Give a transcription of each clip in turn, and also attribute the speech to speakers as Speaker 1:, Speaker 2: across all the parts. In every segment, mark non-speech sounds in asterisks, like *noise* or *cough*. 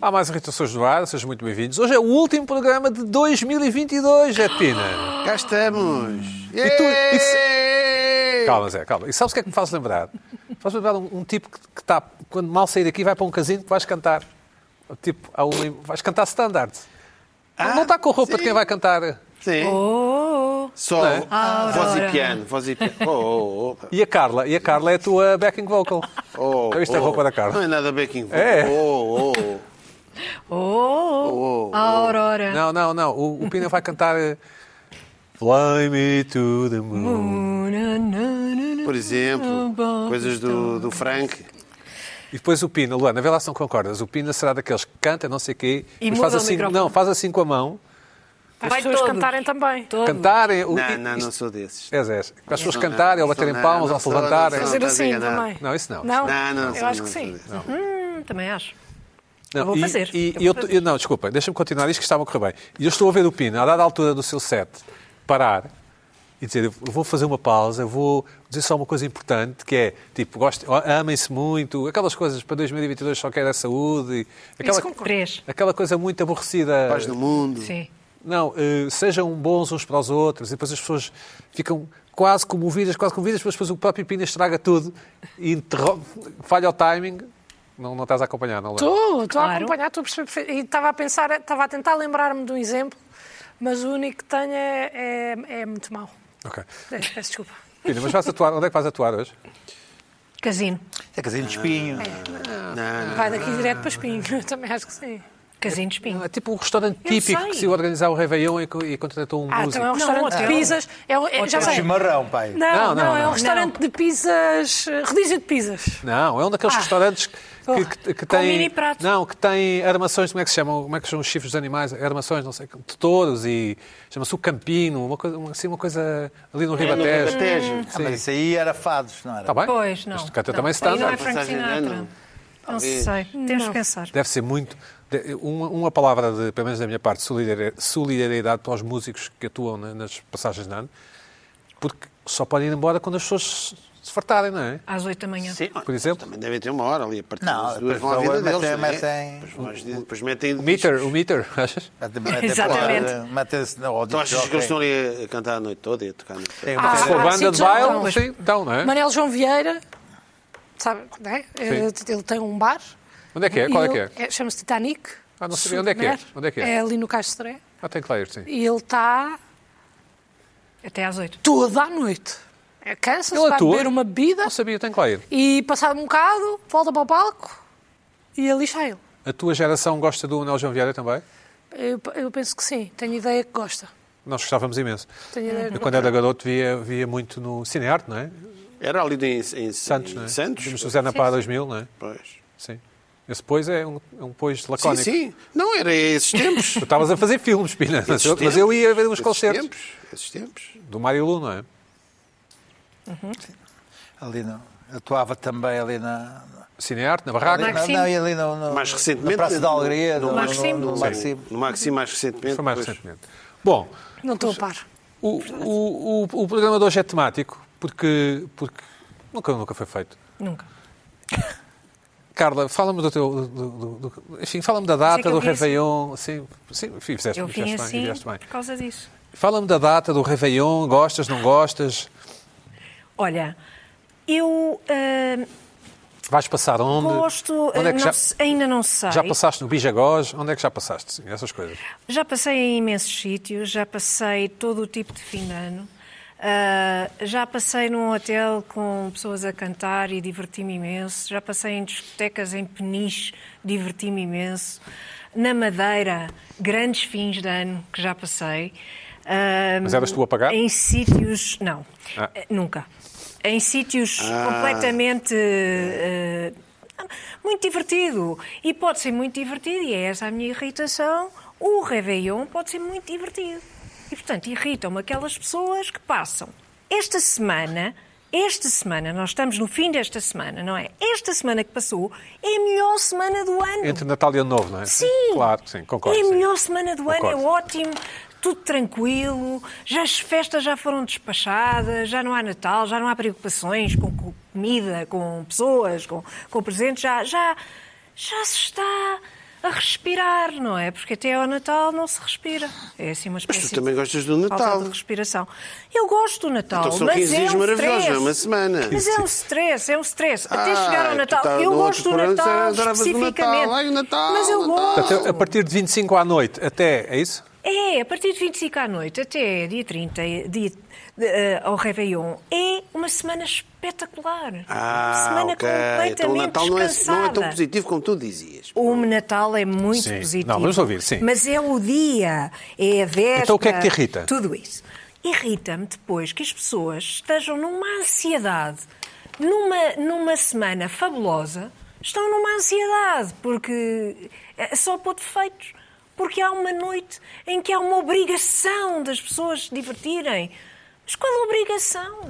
Speaker 1: Há mais Rita Sousa do Ar, sejam muito bem-vindos. Hoje é o último programa de 2022, é Pina.
Speaker 2: Cá estamos.
Speaker 1: E tu- e Calma, Zé, calma. E sabes o que é que me faz lembrar? Faz-me lembrar um, um tipo que- que está, quando mal sair daqui, vai para um casino que vais cantar. Tipo, há uma, vais cantar standard. não está com roupa de quem
Speaker 2: sim.
Speaker 1: vai cantar.
Speaker 2: Sim.
Speaker 3: Oh,
Speaker 2: Só
Speaker 1: Não é?
Speaker 2: voz
Speaker 3: Aurora.
Speaker 2: e piano, voz e piano. Oh, oh,
Speaker 1: E a Carla? E a Carla é a tua backing vocal.
Speaker 2: oh, oh,
Speaker 1: Então isto é
Speaker 2: oh.
Speaker 1: roupa da
Speaker 2: Não
Speaker 1: Carla.
Speaker 2: é nada backing.
Speaker 1: É.
Speaker 2: Oh, oh,
Speaker 3: oh, oh, a Aurora.
Speaker 1: Não, não, não. O, o Pina vai cantar. eh, Fly me to the moon.
Speaker 3: Na, na, na,
Speaker 2: oh.
Speaker 3: na.
Speaker 2: Por exemplo, coisas do, do Frank.
Speaker 1: E depois o Pina, Luana, vê lá se não concordas. O Pina será daqueles que canta, não sei o quê,
Speaker 3: E
Speaker 1: mas
Speaker 3: muda
Speaker 1: faz
Speaker 3: o
Speaker 1: assim,
Speaker 3: microfone.
Speaker 1: não, faz assim com a mão,
Speaker 4: Para
Speaker 3: Vai
Speaker 4: as pessoas
Speaker 3: todo.
Speaker 4: cantarem também.
Speaker 3: Todo.
Speaker 1: cantarem. o-
Speaker 2: Não,
Speaker 1: i-
Speaker 2: não, não
Speaker 1: isto-
Speaker 2: sou desses.
Speaker 1: És, és. Para as pessoas
Speaker 2: Não,
Speaker 1: cantarem, ou
Speaker 2: não,
Speaker 1: baterem
Speaker 2: não,
Speaker 1: palmas,
Speaker 2: não,
Speaker 1: ou se
Speaker 2: não,
Speaker 1: levantarem.
Speaker 2: não,
Speaker 4: Fazer
Speaker 2: não
Speaker 4: assim
Speaker 2: diga nada.
Speaker 4: também.
Speaker 1: Não, isso não.
Speaker 4: Não,
Speaker 2: Não, não,
Speaker 4: eu
Speaker 2: não,
Speaker 4: acho
Speaker 2: não,
Speaker 4: que sim.
Speaker 2: não.
Speaker 3: Hum, também acho.
Speaker 1: Não,
Speaker 3: Eu vou
Speaker 1: e-
Speaker 3: fazer,
Speaker 1: E,
Speaker 3: eu vou
Speaker 1: e eu,
Speaker 3: fazer.
Speaker 1: eu- não, desculpa, deixa-me continuar isto que estava a correr bem. E eu estou a ver o Pina, a dada altura do seu set, parar e dizer: eu vou fazer uma pausa, vou dizer só uma coisa importante, que é tipo, gosto- amem-se muito, aquelas coisas para 2022 só quero a saúde, e aquela,
Speaker 3: concordo. Três.
Speaker 1: aquela coisa muito aborrecida.
Speaker 2: Paz no mundo.
Speaker 3: Sim.
Speaker 1: Não, eh, sejam bons uns para os outros, e depois as pessoas ficam quase comovidas, quase comovidas, mas depois o próprio Pina estraga tudo e interrompe, falha o timing. Não, não estás a acompanhar, não lembro.
Speaker 4: Estou, estou a
Speaker 3: Claro.
Speaker 4: acompanhar, estou a perceber. perfe- E estava a pensar, estava a tentar lembrar-me de um exemplo, mas o único que tenho é, é, é muito mau.
Speaker 1: Ok.
Speaker 4: É, Peço desculpa.
Speaker 1: Pina, mas vais atuar, onde é que vais atuar hoje?
Speaker 3: Casino.
Speaker 5: É casinho de espinho.
Speaker 4: Vai daqui direto para Espinho, *laughs* eu também acho que sim.
Speaker 3: Casino de espinho.
Speaker 1: É tipo um restaurante
Speaker 4: Eu
Speaker 1: típico
Speaker 4: sei.
Speaker 1: que se organizar o Réveillon e, co- e contratou um
Speaker 4: Ah,
Speaker 1: músico.
Speaker 4: então é um
Speaker 3: Não,
Speaker 4: restaurante de
Speaker 3: hotel.
Speaker 4: pizzas. É, um- é- já sei. Não,
Speaker 5: Chimarrão, pai.
Speaker 1: Não,
Speaker 4: não,
Speaker 1: não,
Speaker 4: é um
Speaker 1: não.
Speaker 4: restaurante de pizzas, eh, rodízio de pizzas.
Speaker 1: Não, é um daqueles
Speaker 4: Ah.
Speaker 1: restaurantes que, que, que
Speaker 4: Com
Speaker 1: tem.
Speaker 4: mini prato.
Speaker 1: Não, que tem armações, como é que se chamam? Como é que são os chifres dos animais? Armações, não sei, de touros e chama-se o Campino, uma coisa, uma- assim, uma coisa ali no Ribatejo.
Speaker 2: Ribatejo.
Speaker 1: Sim.
Speaker 5: Ah, mas isso aí era fados, não era?
Speaker 1: Está bem?
Speaker 3: Pois, não.
Speaker 1: Mas canta
Speaker 3: Não,
Speaker 1: também
Speaker 3: isso aí
Speaker 1: standard.
Speaker 3: não é Frank
Speaker 2: Passagem de
Speaker 3: Sinatra.
Speaker 2: ano.
Speaker 3: Não
Speaker 2: Talvez.
Speaker 3: sei. Temos que pensar.
Speaker 1: Deve ser muito. de- Uma, uma palavra, de, pelo menos da minha parte, solidari- solidariedade para os músicos que atuam na- nas passagens de ano, porque só podem ir embora quando as pessoas se fartarem, não é?
Speaker 3: Às oito da manhã.
Speaker 2: Sim,
Speaker 1: Por exemplo?
Speaker 2: Também devem ter uma hora ali, a partir
Speaker 5: Não,
Speaker 2: das duas
Speaker 5: depois
Speaker 2: vão à
Speaker 5: vão
Speaker 2: vida
Speaker 5: metem-
Speaker 2: deles. não é?
Speaker 5: metem-
Speaker 2: Depois vão às- Depois metem...
Speaker 1: O meter, o meter, *laughs* achas?
Speaker 5: Até- até
Speaker 3: Exatamente.
Speaker 5: pode, Mete-se na
Speaker 2: Tu achas que
Speaker 5: audição.
Speaker 2: eles estão ali a cantar a noite toda e a tocar a noite
Speaker 5: um
Speaker 2: toda?
Speaker 4: Ah,
Speaker 1: Se for
Speaker 4: ah,
Speaker 1: banda
Speaker 4: sim,
Speaker 1: de
Speaker 4: já
Speaker 1: baile,
Speaker 4: estão.
Speaker 1: sim, então, não é?
Speaker 4: Manel João Vieira, sabe, né? Ele, ele tem um bar.
Speaker 1: Onde é que é?
Speaker 4: E
Speaker 1: Qual é que
Speaker 4: ele- Chama-se Titanic.
Speaker 1: Ah, não sabia. Onde é que é?
Speaker 4: Sudner.
Speaker 1: Onde é que é?
Speaker 4: É ali no Castro
Speaker 1: Ah, tem que lá ir, sim.
Speaker 4: E ele tá está
Speaker 3: Até às oito.
Speaker 4: toda a noite. É, Cansa-se,
Speaker 1: Ele
Speaker 4: vai
Speaker 1: atua?
Speaker 4: beber uma bebida
Speaker 1: Não sabia, tem que lá ir.
Speaker 4: e passado um bocado, volta para o palco e ali está ele.
Speaker 1: A tua geração gosta do Anel João Vieira também?
Speaker 4: Eu, eu penso que sim, tenho ideia que gosta.
Speaker 1: Nós gostávamos imenso.
Speaker 4: Tenho ideia que
Speaker 1: Eu, quando é- era garoto, via, via muito no Cinearte, não é?
Speaker 2: Era ali em, em
Speaker 1: Santos,
Speaker 2: em
Speaker 1: não é? Vimos
Speaker 2: Santos.
Speaker 1: o Zé Napá 2000, não é?
Speaker 2: Pois.
Speaker 1: Sim. Esse pois é um, é um pois
Speaker 2: Sim,
Speaker 1: lacónico.
Speaker 2: sim. Não, era esses tempos.
Speaker 1: Tu estavas a fazer filmes, Pina, *laughs* mas
Speaker 2: Esses
Speaker 1: eu, mas eu
Speaker 2: tempos,
Speaker 1: ia ver uns
Speaker 2: esses
Speaker 1: concertos
Speaker 2: tempos, Esses tempos.
Speaker 1: do Mário Lu, não é?
Speaker 5: Ali no, atuava também ali na.
Speaker 1: Cinearte, na barraca.
Speaker 5: ali- não,
Speaker 3: Maxime.
Speaker 5: não, e ali no, no,
Speaker 2: Mais
Speaker 5: na
Speaker 2: recentemente.
Speaker 5: Praça da Alegria,
Speaker 2: no-
Speaker 5: no,
Speaker 2: no-
Speaker 5: no,
Speaker 3: Maxime.
Speaker 5: no,
Speaker 2: no-
Speaker 5: Maxime.
Speaker 2: No Maxime, mais recentemente.
Speaker 1: Foi mais
Speaker 2: depois-
Speaker 1: recentemente. Bom,
Speaker 4: Não estou a par.
Speaker 1: o, o, o, o programa de hoje é temático, porque, porque nunca, nunca foi feito.
Speaker 3: Nunca.
Speaker 1: Carla, fala-me do teu. do- do- do- do- enfim, fala-me da data
Speaker 3: que eu
Speaker 1: do
Speaker 3: vim assim.
Speaker 1: Réveillon. Sim, sim, fizeste,
Speaker 3: Eu vim
Speaker 1: fizeste bem,
Speaker 3: assim
Speaker 1: fizeste bem.
Speaker 3: por causa disso.
Speaker 1: Fala-me da data do Réveillon, gostas, não gostas?
Speaker 3: Olha, eu ah,
Speaker 1: Vais passar onde?
Speaker 3: gosto...
Speaker 1: onde é que
Speaker 3: eh, não
Speaker 1: já,
Speaker 3: se- ainda não sei.
Speaker 1: já passaste no Bijagós? Onde é que já passaste? Sim, essas coisas.
Speaker 3: Já passei em imensos sítios, já passei todo o tipo de fim de ano, ah, já passei num hotel com pessoas a cantar e diverti-me imenso, já passei em discotecas em Peniche, diverti-me imenso, na Madeira, grandes fins de ano que já passei. Ah,
Speaker 1: Mas eras tu a pagar?
Speaker 3: Em sítios. Não,
Speaker 1: Ah.
Speaker 3: eh, nunca. Em sítios completamente. eh, muito divertido. E pode ser muito divertido, e é essa a minha irritação. O Réveillon pode ser muito divertido. E, portanto, irritam-me aquelas pessoas que passam esta semana. Esta semana, nós estamos no fim desta semana, não é? Esta semana que passou é a melhor semana do ano.
Speaker 1: Entre Natal e Ano Novo, não é?
Speaker 3: Sim!
Speaker 1: Claro, sim, concordo.
Speaker 3: É a
Speaker 1: sim.
Speaker 3: melhor semana do ano, é
Speaker 1: Concordo.
Speaker 3: ótimo, tudo tranquilo, já as festas já foram despachadas, já não há Natal, já não há preocupações com com comida, com pessoas, com, com presentes, já, já, já se está a respirar, não é? Porque até ao Natal não se respira. É assim uma espécie
Speaker 2: Mas tu também
Speaker 3: de
Speaker 2: gostas do
Speaker 3: falta
Speaker 2: Natal.
Speaker 3: de respiração. Eu gosto do Natal,
Speaker 2: Então são
Speaker 3: mas
Speaker 2: 15
Speaker 3: é
Speaker 2: dias
Speaker 3: um
Speaker 2: maravilhosos,
Speaker 3: stress.
Speaker 2: não é uma semana.
Speaker 3: Mas é um stress, é um stress. Até
Speaker 2: Ah,
Speaker 3: chegar ao
Speaker 2: tu
Speaker 3: Natal.
Speaker 2: tá-
Speaker 3: eu
Speaker 2: no
Speaker 3: gosto do
Speaker 2: outro programa,
Speaker 3: Natal
Speaker 2: adoravas o Natal.
Speaker 3: especificamente.
Speaker 2: Ai, o Natal,
Speaker 3: mas eu
Speaker 2: Natal.
Speaker 3: gosto.
Speaker 1: Portanto, a partir de 25 à noite até, é isso?
Speaker 3: É, a partir de 25 à noite até dia 30 dia, de- eh, ao Réveillon, é uma semana espetacular.
Speaker 2: Ah,
Speaker 3: semana
Speaker 2: ok.
Speaker 3: completamente
Speaker 2: Então o Natal não é, não é tão
Speaker 3: descansada.
Speaker 2: positivo como tu dizias.
Speaker 3: O Natal é muito
Speaker 1: Sim.
Speaker 3: positivo.
Speaker 1: Não, vamos ouvir, sim.
Speaker 3: Mas é o dia, é a véspera.
Speaker 1: Então o que é que te irrita?
Speaker 3: Tudo isso. Irrita-me depois que as pessoas estejam numa ansiedade, numa, numa semana fabulosa, estão numa ansiedade, porque é só pôr defeitos. Porque há uma noite em que há uma obrigação das pessoas se divertirem. Mas qual obrigação?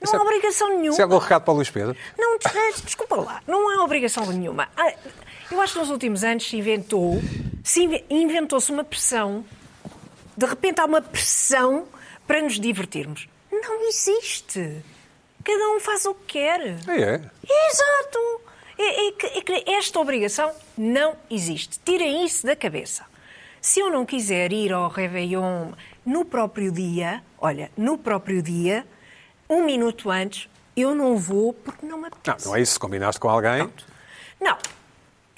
Speaker 3: Não há obrigação nenhuma.
Speaker 1: Se há é algum recado para o Luís Pedro?
Speaker 3: Não, des- eh, desculpa lá, não há obrigação nenhuma. Ah, Eu acho que nos últimos anos se inventou, se inve- inventou-se uma pressão, de repente há uma pressão para nos divertirmos. Não existe. Cada um faz o que quer.
Speaker 1: É, é.
Speaker 3: Exato! É, é que, é que esta obrigação não existe. Tirem isso da cabeça. Se eu não quiser ir ao Réveillon no próprio dia, olha, no próprio dia, um minuto antes, eu não vou porque não me
Speaker 1: Não,
Speaker 3: apetece.
Speaker 1: não é isso. Se combinaste com alguém,
Speaker 3: Não.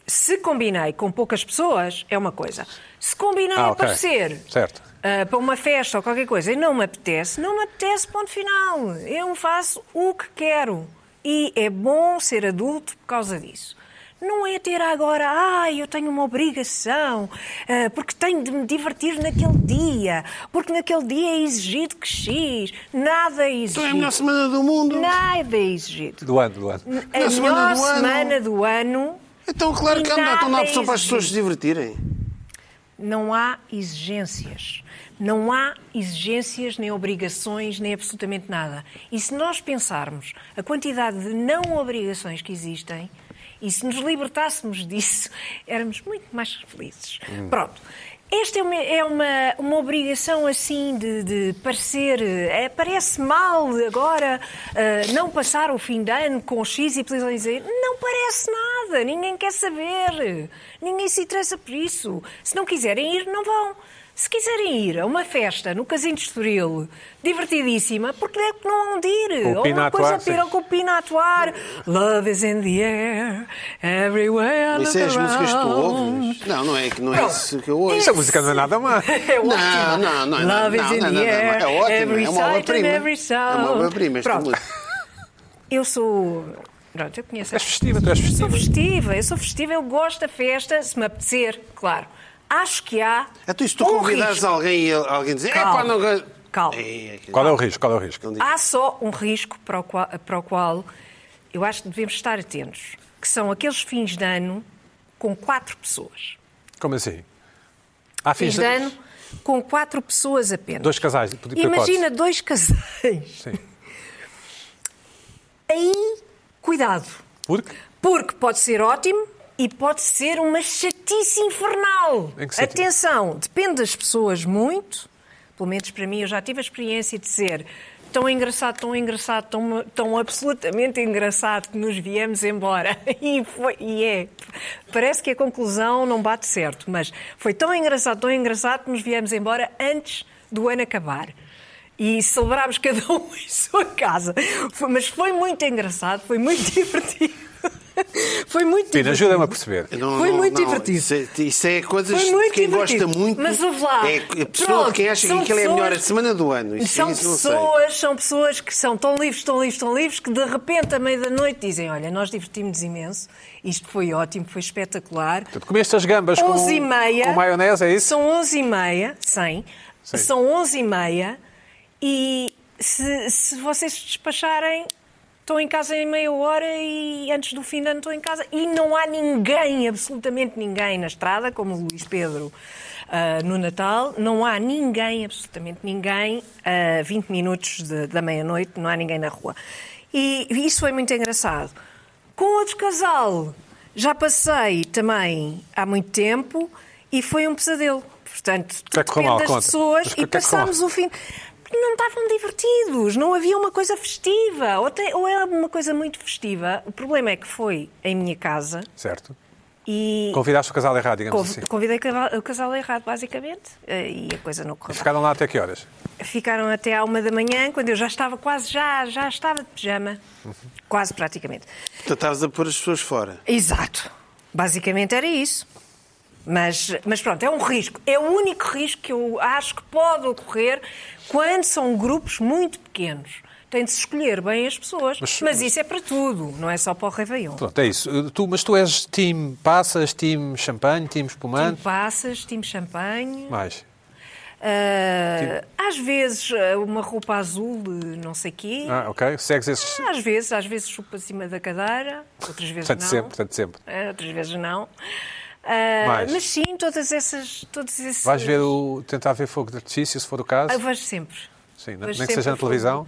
Speaker 3: Se combinei com poucas pessoas, é uma coisa. Se combinei
Speaker 1: Ah,
Speaker 3: a
Speaker 1: ok.
Speaker 3: aparecer
Speaker 1: Certo.
Speaker 3: ah, para uma festa ou qualquer coisa e não me apetece, não me apetece, ponto final. Eu faço o que quero. E é bom ser adulto por causa disso. Não é ter agora, ai, eu tenho uma obrigação, ah, porque tenho de me divertir naquele dia, porque naquele dia é exigido que X. Nada
Speaker 2: Então é
Speaker 3: é
Speaker 2: a
Speaker 3: exigido.
Speaker 2: melhor semana do mundo.
Speaker 3: Nada é exigido.
Speaker 1: do ano, do ano.
Speaker 3: A
Speaker 2: Na
Speaker 3: melhor
Speaker 2: semana
Speaker 3: semana,
Speaker 2: do ano.
Speaker 3: do ano
Speaker 2: Então, claro que há,
Speaker 3: Nada
Speaker 2: então não há
Speaker 3: é
Speaker 2: opção para as pessoas se divertirem.
Speaker 3: não há exigências. Não há exigências, nem obrigações, nem absolutamente nada. E se nós pensarmos a quantidade de não obrigações que existem, e se nos libertássemos *laughs* disso, éramos muito mais felizes. Pronto. Esta é uma, é uma, uma obrigação assim de, de parecer. eh, parece mal agora eh, não passar o fim de ano com X e depois dizer. Não parece nada, ninguém quer saber, ninguém se interessa por isso. Se não quiserem ir, não vão. Se quiserem ir a uma festa no Casino de Estoril, divertidíssima, porque é que não hão de ir?
Speaker 1: Com o
Speaker 3: Ou
Speaker 1: Pina a
Speaker 3: uma coisa
Speaker 1: atuar, sim.
Speaker 3: pior com o Pina a atuar. Love is in the air, everywhere I look
Speaker 2: Isso é as músicas que tu
Speaker 3: around.
Speaker 2: ouves. Não, não é, que não é
Speaker 3: Não.
Speaker 2: isso que eu ouço.
Speaker 1: Essa música não é nada má.
Speaker 3: É ótima.
Speaker 2: não, não, não,
Speaker 3: Love is
Speaker 2: não,
Speaker 3: in
Speaker 2: não, não,
Speaker 3: the air.
Speaker 2: não, é ótima, é
Speaker 3: Every
Speaker 2: uma
Speaker 3: sight and
Speaker 2: obra-prima.
Speaker 3: every sound.
Speaker 2: É uma obra-prima esta
Speaker 3: Pronto.
Speaker 2: música.
Speaker 3: Eu sou. Pronto, eu conheço.
Speaker 1: És festiva, tu és
Speaker 3: Eu sou
Speaker 1: festiva.
Speaker 3: festiva, eu sou festiva, eu gosto da festa, se me apetecer, claro. Acho que há.
Speaker 2: Então, e se tu
Speaker 3: um
Speaker 2: convidares
Speaker 3: risco.
Speaker 2: alguém e alguém dizer, é
Speaker 3: Calma.
Speaker 2: pá, não gosto.
Speaker 3: Calma.
Speaker 2: É, é,
Speaker 1: Qual é o risco? Qual é o risco?
Speaker 3: Há só um risco para o, qual, para o qual eu acho que devemos estar atentos, que são aqueles fins de ano com quatro pessoas.
Speaker 1: Como assim? Há fins
Speaker 3: Fins de ano com quatro pessoas apenas.
Speaker 1: Dois casais, por- por
Speaker 3: Imagina
Speaker 1: hipótese.
Speaker 3: dois casais.
Speaker 1: Sim.
Speaker 3: Aí, cuidado.
Speaker 1: Porque?
Speaker 3: Porque pode ser ótimo e pode ser uma chatice infernal.
Speaker 1: Em que sentido?
Speaker 3: Atenção, depende das pessoas muito. Pelo menos para mim, eu já tive a experiência de ser tão engraçado, tão engraçado, tão, tão absolutamente engraçado que nos viemos embora. *laughs* E, foi, e é. Parece que a conclusão não bate certo, mas foi tão engraçado, tão engraçado que nos viemos embora antes do ano acabar e celebrámos cada um *laughs* em sua casa. Foi- mas foi muito engraçado, foi muito *laughs* divertido. Foi muito
Speaker 1: Pina,
Speaker 3: divertido.
Speaker 1: ajuda-me a perceber.
Speaker 2: Eu não-
Speaker 3: Foi
Speaker 2: não-
Speaker 3: muito
Speaker 2: não,
Speaker 3: divertido.
Speaker 2: Isso é, isso é coisas
Speaker 3: Foi muito
Speaker 2: de quem
Speaker 3: divertido.
Speaker 2: gosta muito.
Speaker 3: Mas ouve lá.
Speaker 2: É a pessoa
Speaker 3: Pronto,
Speaker 2: de quem acha que
Speaker 3: são
Speaker 2: aquilo é a melhor
Speaker 3: pessoas-
Speaker 2: semana do ano. Isso,
Speaker 3: São
Speaker 2: isso não sei.
Speaker 3: pessoas, são pessoas que são tão livres, tão livres, tão livres, que de repente, à meia-da-noite, dizem: Olha, nós divertimos imenso, isto foi ótimo, foi espetacular.
Speaker 1: Tu comeste as gambas com,
Speaker 3: 11 e meia.
Speaker 1: com maionese, é isso?
Speaker 3: São 11 e meia, 100.
Speaker 1: Sim.
Speaker 3: São 11 e meia e se, se vocês se despacharem, estou em casa em meia hora e antes do fim de ano estou em casa. E não há ninguém, absolutamente ninguém na estrada, como o Luís Pedro ah, no Natal. Não há ninguém, absolutamente ninguém, a 20 minutos de- da meia-noite, não há ninguém na rua. E isso foi muito engraçado. Com outro casal, já passei também há muito tempo e foi um pesadelo. Portanto,
Speaker 1: que é que correu
Speaker 3: depende
Speaker 1: mal? Conta. Mas
Speaker 3: das pessoas
Speaker 1: o que é
Speaker 3: e
Speaker 1: que correu mal?
Speaker 3: passámos o fim. Não estavam divertidos, não havia uma coisa festiva. Ou, te- ou era uma coisa muito festiva. O problema é que foi em minha casa
Speaker 1: Certo.
Speaker 3: E
Speaker 1: Convidaste o casal errado, digamos
Speaker 3: conv-
Speaker 1: assim.
Speaker 3: convidei o casal- o casal errado, basicamente, eh, e a coisa não correu. bem.
Speaker 1: Ficaram lá até que horas?
Speaker 3: Ficaram até à uma da manhã, quando eu já estava quase, já, já estava de pijama.
Speaker 1: Uhum.
Speaker 3: Quase, praticamente.
Speaker 2: Portanto, estavas Então, a pôr as pessoas fora.
Speaker 3: Exato. Basicamente era isso. Mas, mas pronto, é um risco. É o único risco que eu acho que pode ocorrer quando são grupos muito pequenos. Tem de se escolher bem as pessoas. Mas, isso é para tudo, não é só para o Réveillon.
Speaker 1: Pronto, é isso. Tu, mas tu és time passas, time champanhe, time
Speaker 3: Time
Speaker 1: espumante,
Speaker 3: passas, time champanhe.
Speaker 1: mais.
Speaker 3: ah, às vezes ah, uma roupa azul de não sei quê.
Speaker 1: Ah, ok. Segues esses.
Speaker 3: Às vezes, às vezes chupo para cima da cadeira, outras vezes
Speaker 1: Portanto,
Speaker 3: não.
Speaker 1: sempre, portanto, sempre.
Speaker 3: Ah, outras vezes não. Ah,
Speaker 1: Mais.
Speaker 3: mas sim, todas essas, todos esses.
Speaker 1: Vais ver o. tentar ver fogo de artifício, se for o caso.
Speaker 3: Eu vejo sempre.
Speaker 1: Sim,
Speaker 3: Vejo
Speaker 1: nem que
Speaker 3: sempre
Speaker 1: seja na
Speaker 3: o fogo.
Speaker 1: televisão.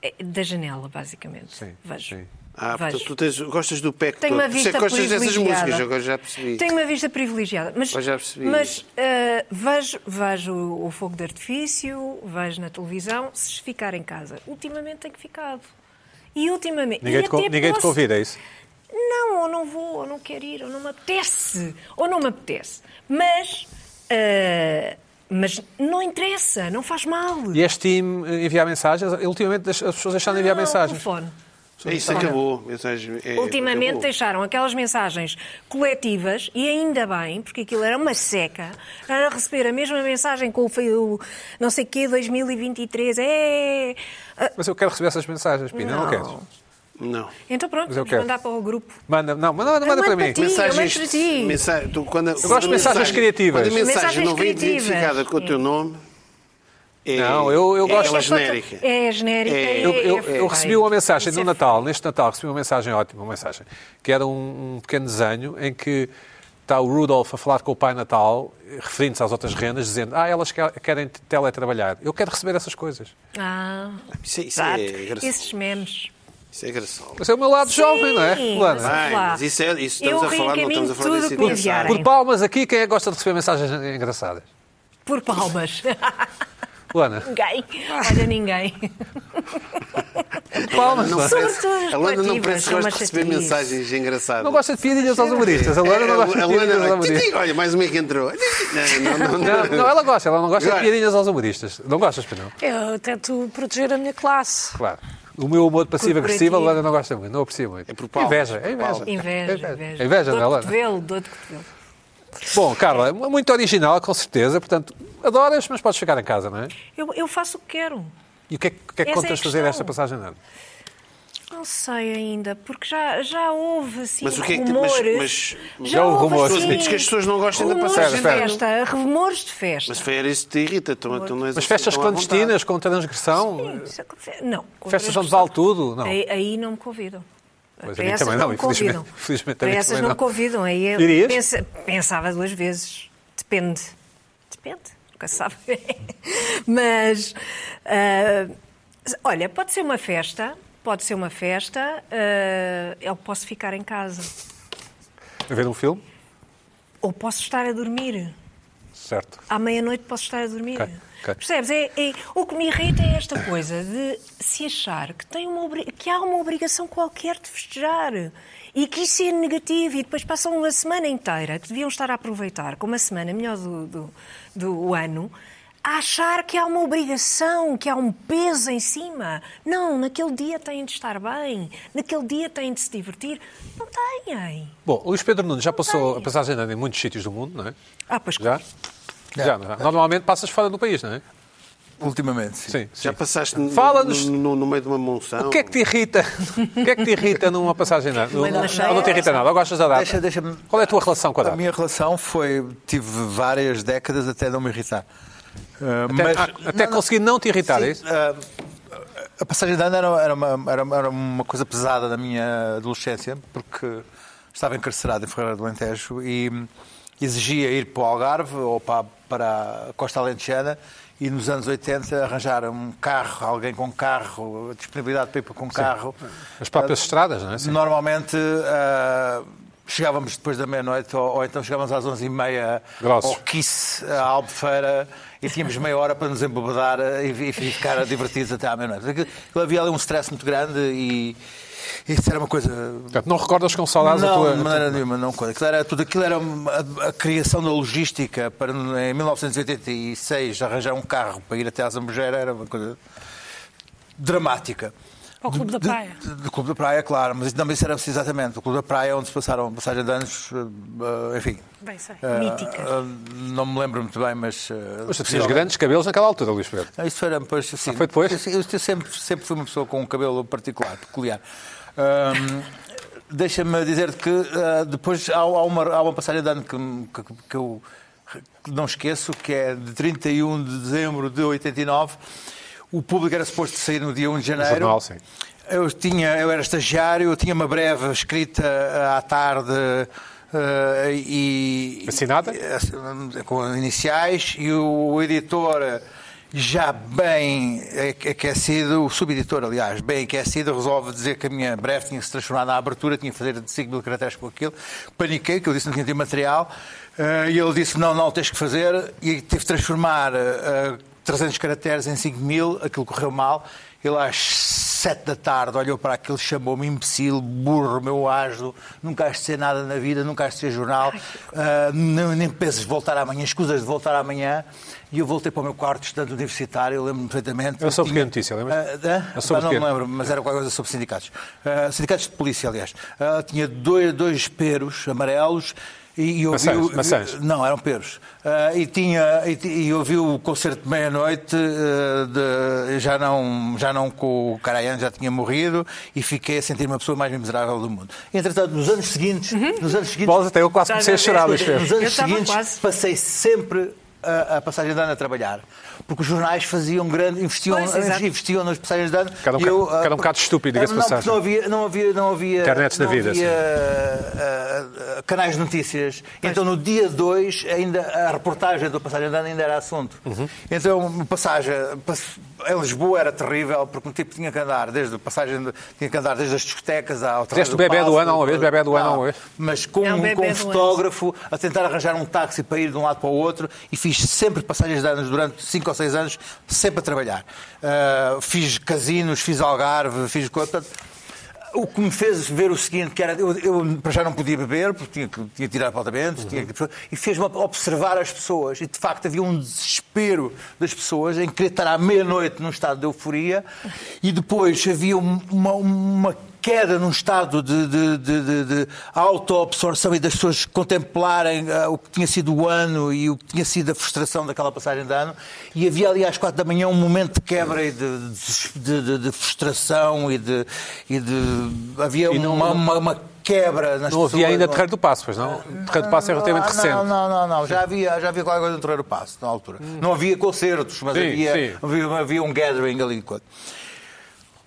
Speaker 3: É, Da janela, basicamente.
Speaker 1: Sim,
Speaker 3: Vejo.
Speaker 1: sim.
Speaker 2: Ah,
Speaker 3: vejo.
Speaker 2: portanto, tu tens- gostas do pé
Speaker 3: Tenho
Speaker 2: todo.
Speaker 3: uma
Speaker 2: Por isso é
Speaker 3: vista
Speaker 2: que gostas dessas
Speaker 3: privilegiada.
Speaker 2: músicas, agora já percebi.
Speaker 3: Tenho uma vista privilegiada. Mas,
Speaker 2: Agora já percebi.
Speaker 3: mas ah, vejo, vejo o fogo de artifício, vejo na televisão, se ficar em casa. Ultimamente tenho ficado. E ultimamente.
Speaker 1: Ninguém,
Speaker 3: e
Speaker 1: te, con-
Speaker 3: até
Speaker 1: ninguém te
Speaker 3: posso-
Speaker 1: convida, é isso?
Speaker 3: Não, ou não vou, ou não quero ir, ou não me apetece, ou não me apetece. Mas. ah, mas não interessa, não faz mal.
Speaker 1: E és time eh, enviar mensagens? Ultimamente deix- as pessoas deixaram de enviar
Speaker 3: Não,
Speaker 1: mensagens.
Speaker 3: telefone.
Speaker 2: É, Isso acabou. Mensagens- é,
Speaker 3: Ultimamente
Speaker 2: acabou.
Speaker 3: deixaram aquelas mensagens coletivas, e ainda bem, porque aquilo era uma seca, era receber a mesma mensagem com o, fe- o não sei quê, 2023, é... Ah,
Speaker 1: Mas eu quero receber essas mensagens, Pina, não,
Speaker 3: Não.
Speaker 1: queres?
Speaker 2: Não.
Speaker 3: Então pronto,
Speaker 1: Mas eu
Speaker 3: vamos
Speaker 1: quero.
Speaker 3: mandar para o grupo.
Speaker 1: Manda, não, manda, manda
Speaker 3: mando
Speaker 1: para
Speaker 3: para
Speaker 1: mim.
Speaker 3: ti. Sim, eu mando para ti.
Speaker 2: mensa- tu, quando, eu
Speaker 1: gosto de mensagens criativas.
Speaker 2: Quando a mensagem
Speaker 3: Mensagens
Speaker 2: não vem
Speaker 3: criativas. Hum.
Speaker 2: identificada com o teu nome, é,
Speaker 1: Não, eu- eu
Speaker 2: é
Speaker 1: gosto-
Speaker 2: aquela
Speaker 1: Eu sou-
Speaker 2: genérica.
Speaker 3: É genérica.
Speaker 2: É,
Speaker 3: é-
Speaker 1: Eu, eu-
Speaker 3: é
Speaker 1: eu
Speaker 3: feio.
Speaker 1: recebi uma mensagem
Speaker 3: Isso
Speaker 1: no
Speaker 3: é
Speaker 1: Natal, neste Natal, recebi uma mensagem ótima, uma mensagem, que era um, um pequeno desenho em que está o Rudolf a falar com o Pai Natal, referindo-se às outras rendas, dizendo, ah, elas que- querem teletrabalhar. Eu quero receber essas coisas.
Speaker 3: feio. Ah,
Speaker 2: Isso é- isso
Speaker 3: exato.
Speaker 2: é engraçado.
Speaker 3: Esses memes.
Speaker 2: Isso é engraçado.
Speaker 1: Mas é o meu lado jovem, não é?
Speaker 3: Sim,
Speaker 1: fulana?
Speaker 3: mas-
Speaker 2: Bem,
Speaker 3: lá.
Speaker 2: mas isso, é, isso estamos
Speaker 3: Eu
Speaker 2: a falar, não estamos a
Speaker 3: reencaminho
Speaker 2: falar
Speaker 3: tudo
Speaker 2: desse
Speaker 3: que me
Speaker 2: mensagem.
Speaker 3: enviarem.
Speaker 1: Por palmas aqui, quem é que gosta de receber mensagens engraçadas?
Speaker 2: *laughs*
Speaker 3: Por palmas.
Speaker 1: Luana,
Speaker 3: ninguém. Olha, ninguém.
Speaker 1: por palmas. Luana.
Speaker 3: Sobretudo as
Speaker 2: A Luana não parece
Speaker 3: coletivas, é
Speaker 2: que gosta
Speaker 3: uma
Speaker 2: de receber
Speaker 3: chatice.
Speaker 2: mensagens engraçadas. É,
Speaker 1: Não gosta de piadinhas aos humoristas. A Luana não gosta de
Speaker 2: A Luana-
Speaker 1: piadinhas aos humoristas.
Speaker 2: Olha, mais um é que entrou. Não, não, não.
Speaker 1: Não, não, ela gosta, ela não gosta de
Speaker 2: Agora-
Speaker 1: piadinhas aos humoristas. Não gostas, pois não?
Speaker 4: Eu tento proteger a minha classe.
Speaker 1: Claro. O meu humor passivo-agressivo, a
Speaker 3: Corporativo.
Speaker 1: Luana não gosta muito, não aprecia muito.
Speaker 2: É por palmas,
Speaker 1: Inveja,
Speaker 2: por
Speaker 1: é inveja.
Speaker 2: palmas.
Speaker 3: Inveja,
Speaker 1: É
Speaker 3: inveja.
Speaker 1: É inveja, não é,
Speaker 3: Dor de
Speaker 1: Luana?
Speaker 3: cotovelo, dor de cotovelo.
Speaker 1: Bom, Carla, é muito original, com certeza. Portanto, adoras, mas podes ficar em casa, não é?
Speaker 3: Eu, eu faço o que quero.
Speaker 1: E o que é que, o que é que
Speaker 3: Essa é a
Speaker 1: contas fazer
Speaker 3: questão.
Speaker 1: esta passagem de ano?
Speaker 3: Não sei ainda, porque já, já houve assim
Speaker 2: Mas o que é que te-
Speaker 3: rumores.
Speaker 2: mas- mas-
Speaker 1: Já houve rumores.
Speaker 3: assim,
Speaker 1: Tu dizes
Speaker 2: que as pessoas não gostam da
Speaker 3: rumores
Speaker 2: passagem
Speaker 3: de
Speaker 1: de ano.
Speaker 3: festa, rumores de festa.
Speaker 2: Mas foi era isso que te irrita. Então, então não és
Speaker 1: Mas
Speaker 2: assim
Speaker 1: festas
Speaker 2: tão à vontade.
Speaker 1: clandestinas, com transgressão,
Speaker 3: Sim, isso aconte- Não. com
Speaker 1: festas
Speaker 3: outras
Speaker 1: onde É. vale
Speaker 3: pessoas.
Speaker 1: tudo, não.
Speaker 3: Aí, aí não me convidam.
Speaker 1: Pois, a
Speaker 3: Para
Speaker 1: mim
Speaker 3: essas
Speaker 1: também não,
Speaker 3: me
Speaker 1: infelizmente-
Speaker 3: convidam.
Speaker 1: infelizmente a
Speaker 3: Para
Speaker 1: mim
Speaker 3: essas
Speaker 1: também
Speaker 3: não me
Speaker 1: não.
Speaker 3: convidam. Aí eu
Speaker 1: Irias?
Speaker 3: pensa- pensava duas vezes. Depende. Depende. Nunca se sabe. *laughs* Mas, ah, olha, pode ser uma festa. Pode ser uma festa. ah, eu posso ficar em casa.
Speaker 1: A ver um filme,
Speaker 3: Ou posso estar a dormir.
Speaker 1: certo.
Speaker 3: À meia-noite posso estar a dormir.
Speaker 1: Ok, ok.
Speaker 3: Percebes? É, é- o que me irrita é esta coisa de se achar que, tem uma obri- que há uma obrigação qualquer de festejar e que isso é negativo e depois passam uma semana inteira que deviam estar a aproveitar, com uma semana melhor do, do, do ano, a achar que há uma obrigação, que há um peso em cima. Não, naquele dia têm de estar bem, naquele dia têm de se divertir. Não têm.
Speaker 1: Bom, o Luís Pedro Nunes já passou a passagem de ano em muitos sítios do mundo, não é?
Speaker 3: Ah, pois
Speaker 1: Já? Já, não é? Normalmente passas fora do país, não é?
Speaker 5: Ultimamente, sim.
Speaker 1: Sim.
Speaker 2: Já
Speaker 1: sim.
Speaker 2: passaste no,
Speaker 1: Fala-nos-
Speaker 2: no- no- no meio de uma monção.
Speaker 1: O que é que te irrita? O que é que te irrita numa passagem de ano? Ou
Speaker 3: Uma
Speaker 1: não,
Speaker 3: cheia.
Speaker 1: te irrita nada? Ou gostas da data?
Speaker 5: Deixa- deixa-me-
Speaker 1: Qual é a tua relação com a
Speaker 5: A
Speaker 1: data?
Speaker 5: minha relação foi. Tive várias décadas até não me irritar. Ah,
Speaker 1: Até,
Speaker 5: mas-
Speaker 1: ah, até conseguir não te irritar, é isso?
Speaker 5: ah, A passagem de ano era, era uma, era- era uma coisa pesada da minha adolescência, porque estava encarcerado em Ferreira do Alentejo e exigia ir para o Algarve ou para, para a Costa Alentejana e nos anos 80 arranjar um carro, alguém com carro, disponibilidade para ir com um carro.
Speaker 1: As próprias estradas, não é? Sim.
Speaker 5: Normalmente ah, Chegávamos depois da meia-noite, ou, ou então chegávamos às 11h30
Speaker 1: Grossos.
Speaker 5: ao Kiss, à Albufeira, e tínhamos meia hora para nos embobedar eh, e, e ficar divertidos até à meia-noite. Aquilo- aquilo Havia ali um stress muito grande e isso era uma coisa
Speaker 1: Portanto, não recordas com saudades
Speaker 5: não,
Speaker 1: a tua...
Speaker 5: de maneira nenhuma, não. quando Aquilo era, tudo aquilo era uma- a, a criação da logística para, em 1986, arranjar um carro para ir até à Zambujeira era uma coisa dramática.
Speaker 4: Ao Clube da
Speaker 5: De-
Speaker 4: Praia.
Speaker 5: de- Do Clube da Praia, claro, mas não, isso era exatamente. O Clube da Praia, é onde se passaram passagem de anos, eh, enfim.
Speaker 4: Bem sei.
Speaker 1: Ah,
Speaker 5: eh,
Speaker 3: Mítica.
Speaker 5: eh, não me lembro muito bem, mas. eh,
Speaker 1: Mas tu tinhas grandes cabelos naquela altura, Luís Pedro.
Speaker 5: ah, Isso era depois. Assim,
Speaker 1: foi depois?
Speaker 5: Eu, eu sempre, sempre fui uma pessoa com um cabelo particular, peculiar. Ahm, Deixa-me dizer que ah, depois há, há uma, há uma passagem de ano que, me- que, que eu não esqueço, que é de 31 de dezembro de 89. O público era suposto sair no dia 1 de janeiro.
Speaker 1: jornal, sim.
Speaker 5: Eu, tinha, eu era estagiário, eu tinha uma breve escrita ah, à tarde ah, e.
Speaker 1: Assinada?
Speaker 5: e- Com iniciais, e o editor, já bem aque- aquecido, o subeditor, aliás, bem aquecido, resolve dizer que a minha breve tinha se transformado na abertura, tinha que fazer 5 mil caracteres com aquilo. Paniquei, que eu disse que não tinha tido material, ah, e ele disse: não, não, tens que fazer, e tive de transformar. ah, 300 caracteres em 5 mil, aquilo correu mal. Ele às 7 da tarde olhou para aquilo, chamou-me imbecil, burro, meu asno, nunca has de ser nada na vida, nunca has de ser jornal, ah, nem, nem penses de voltar amanhã, escusas de voltar amanhã. E eu voltei para o meu quarto, estudante universitário, eu lembro-me perfeitamente.
Speaker 1: Era sobre
Speaker 5: Tinha-
Speaker 1: que um notícia, lembras-te?
Speaker 5: Ah, hã?
Speaker 1: Era sobre
Speaker 5: Pá, não
Speaker 1: que?
Speaker 5: me lembro, mas era qualquer coisa sobre sindicatos. Ah, sindicatos de polícia, aliás. Ah, tinha dois, dois peros amarelos e, e eu
Speaker 1: Maçãs,
Speaker 5: vi, o-
Speaker 1: maçãs.
Speaker 5: não, eram peros. Ah, e, tinha, e, ti- e ouvi o concerto de meia-noite, ah, de- já, não, já não com o Carayan, já tinha morrido, e fiquei a sentir-me a pessoa mais miserável do mundo. Entretanto, nos anos seguintes, nos anos seguintes
Speaker 1: Bolas, até eu quase comecei a chorar, Luís Pedro.
Speaker 5: nos
Speaker 3: Eu
Speaker 5: anos
Speaker 3: estava
Speaker 5: seguintes
Speaker 3: quase.
Speaker 5: É passei sempre a, a passagem de ano a trabalhar. Porque os jornais faziam grande, investiam,
Speaker 3: Pois, exato.
Speaker 5: investiam nas passagens de ano.
Speaker 1: Cada um
Speaker 5: e eu,
Speaker 1: bocado- cada um
Speaker 5: ah,
Speaker 1: bocado estúpido, diga-se
Speaker 5: não,
Speaker 1: passagem.
Speaker 5: porque Não havia, não havia, não havia,
Speaker 1: Internets da
Speaker 5: não
Speaker 1: vida,
Speaker 5: havia,
Speaker 1: sim.
Speaker 5: ah, ah, canais de notícias. Então no dia 2 ainda a reportagem do passagem de ano ainda era assunto.
Speaker 1: Uhum.
Speaker 5: Então passagem pass- em Lisboa era terrível porque um tipo tinha que andar desde a passagem de- tinha que andar desde as discotecas ao
Speaker 1: Fizeste o bebé do ano alguma vez? Bebé do ano
Speaker 5: Não,
Speaker 1: alguma vez?
Speaker 5: Mas com,
Speaker 3: É um bebé
Speaker 5: com um
Speaker 3: do ano.
Speaker 5: fotógrafo a tentar arranjar um táxi para ir de um lado para o outro e fiz sempre passagens de anos durante 5 ou 6 anos, sempre a trabalhar. Ah, fiz casinos, fiz Algarve, fiz. co- Portanto, o que me fez ver o seguinte, que era, eu, eu para já não podia beber, porque tinha que tinha que tirar apontamentos, tinha que, e fez-me observar as pessoas. E de facto havia um desespero das pessoas em querer estar à meia-noite num estado de euforia, e depois havia um- uma- uma queda num estado de, de, de, de, de autoabsorção e das pessoas contemplarem ah, o que tinha sido o ano e o que tinha sido a frustração daquela passagem de ano. E havia ali às quatro da manhã um momento de quebra e de, de, de- de frustração e de. E de havia uma, uma, uma quebra nas
Speaker 1: Não
Speaker 5: pessoas.
Speaker 1: havia ainda Terreiro do Passo, pois não? Terreiro do Passo é relativamente
Speaker 5: Ah,
Speaker 1: recente.
Speaker 5: Não, não, não, não. Já havia, já havia qualquer coisa no Terreiro Passo, na altura. Não havia concertos, mas
Speaker 1: Hum. Sim,
Speaker 5: havia,
Speaker 1: sim.
Speaker 5: Havia, havia um gathering ali.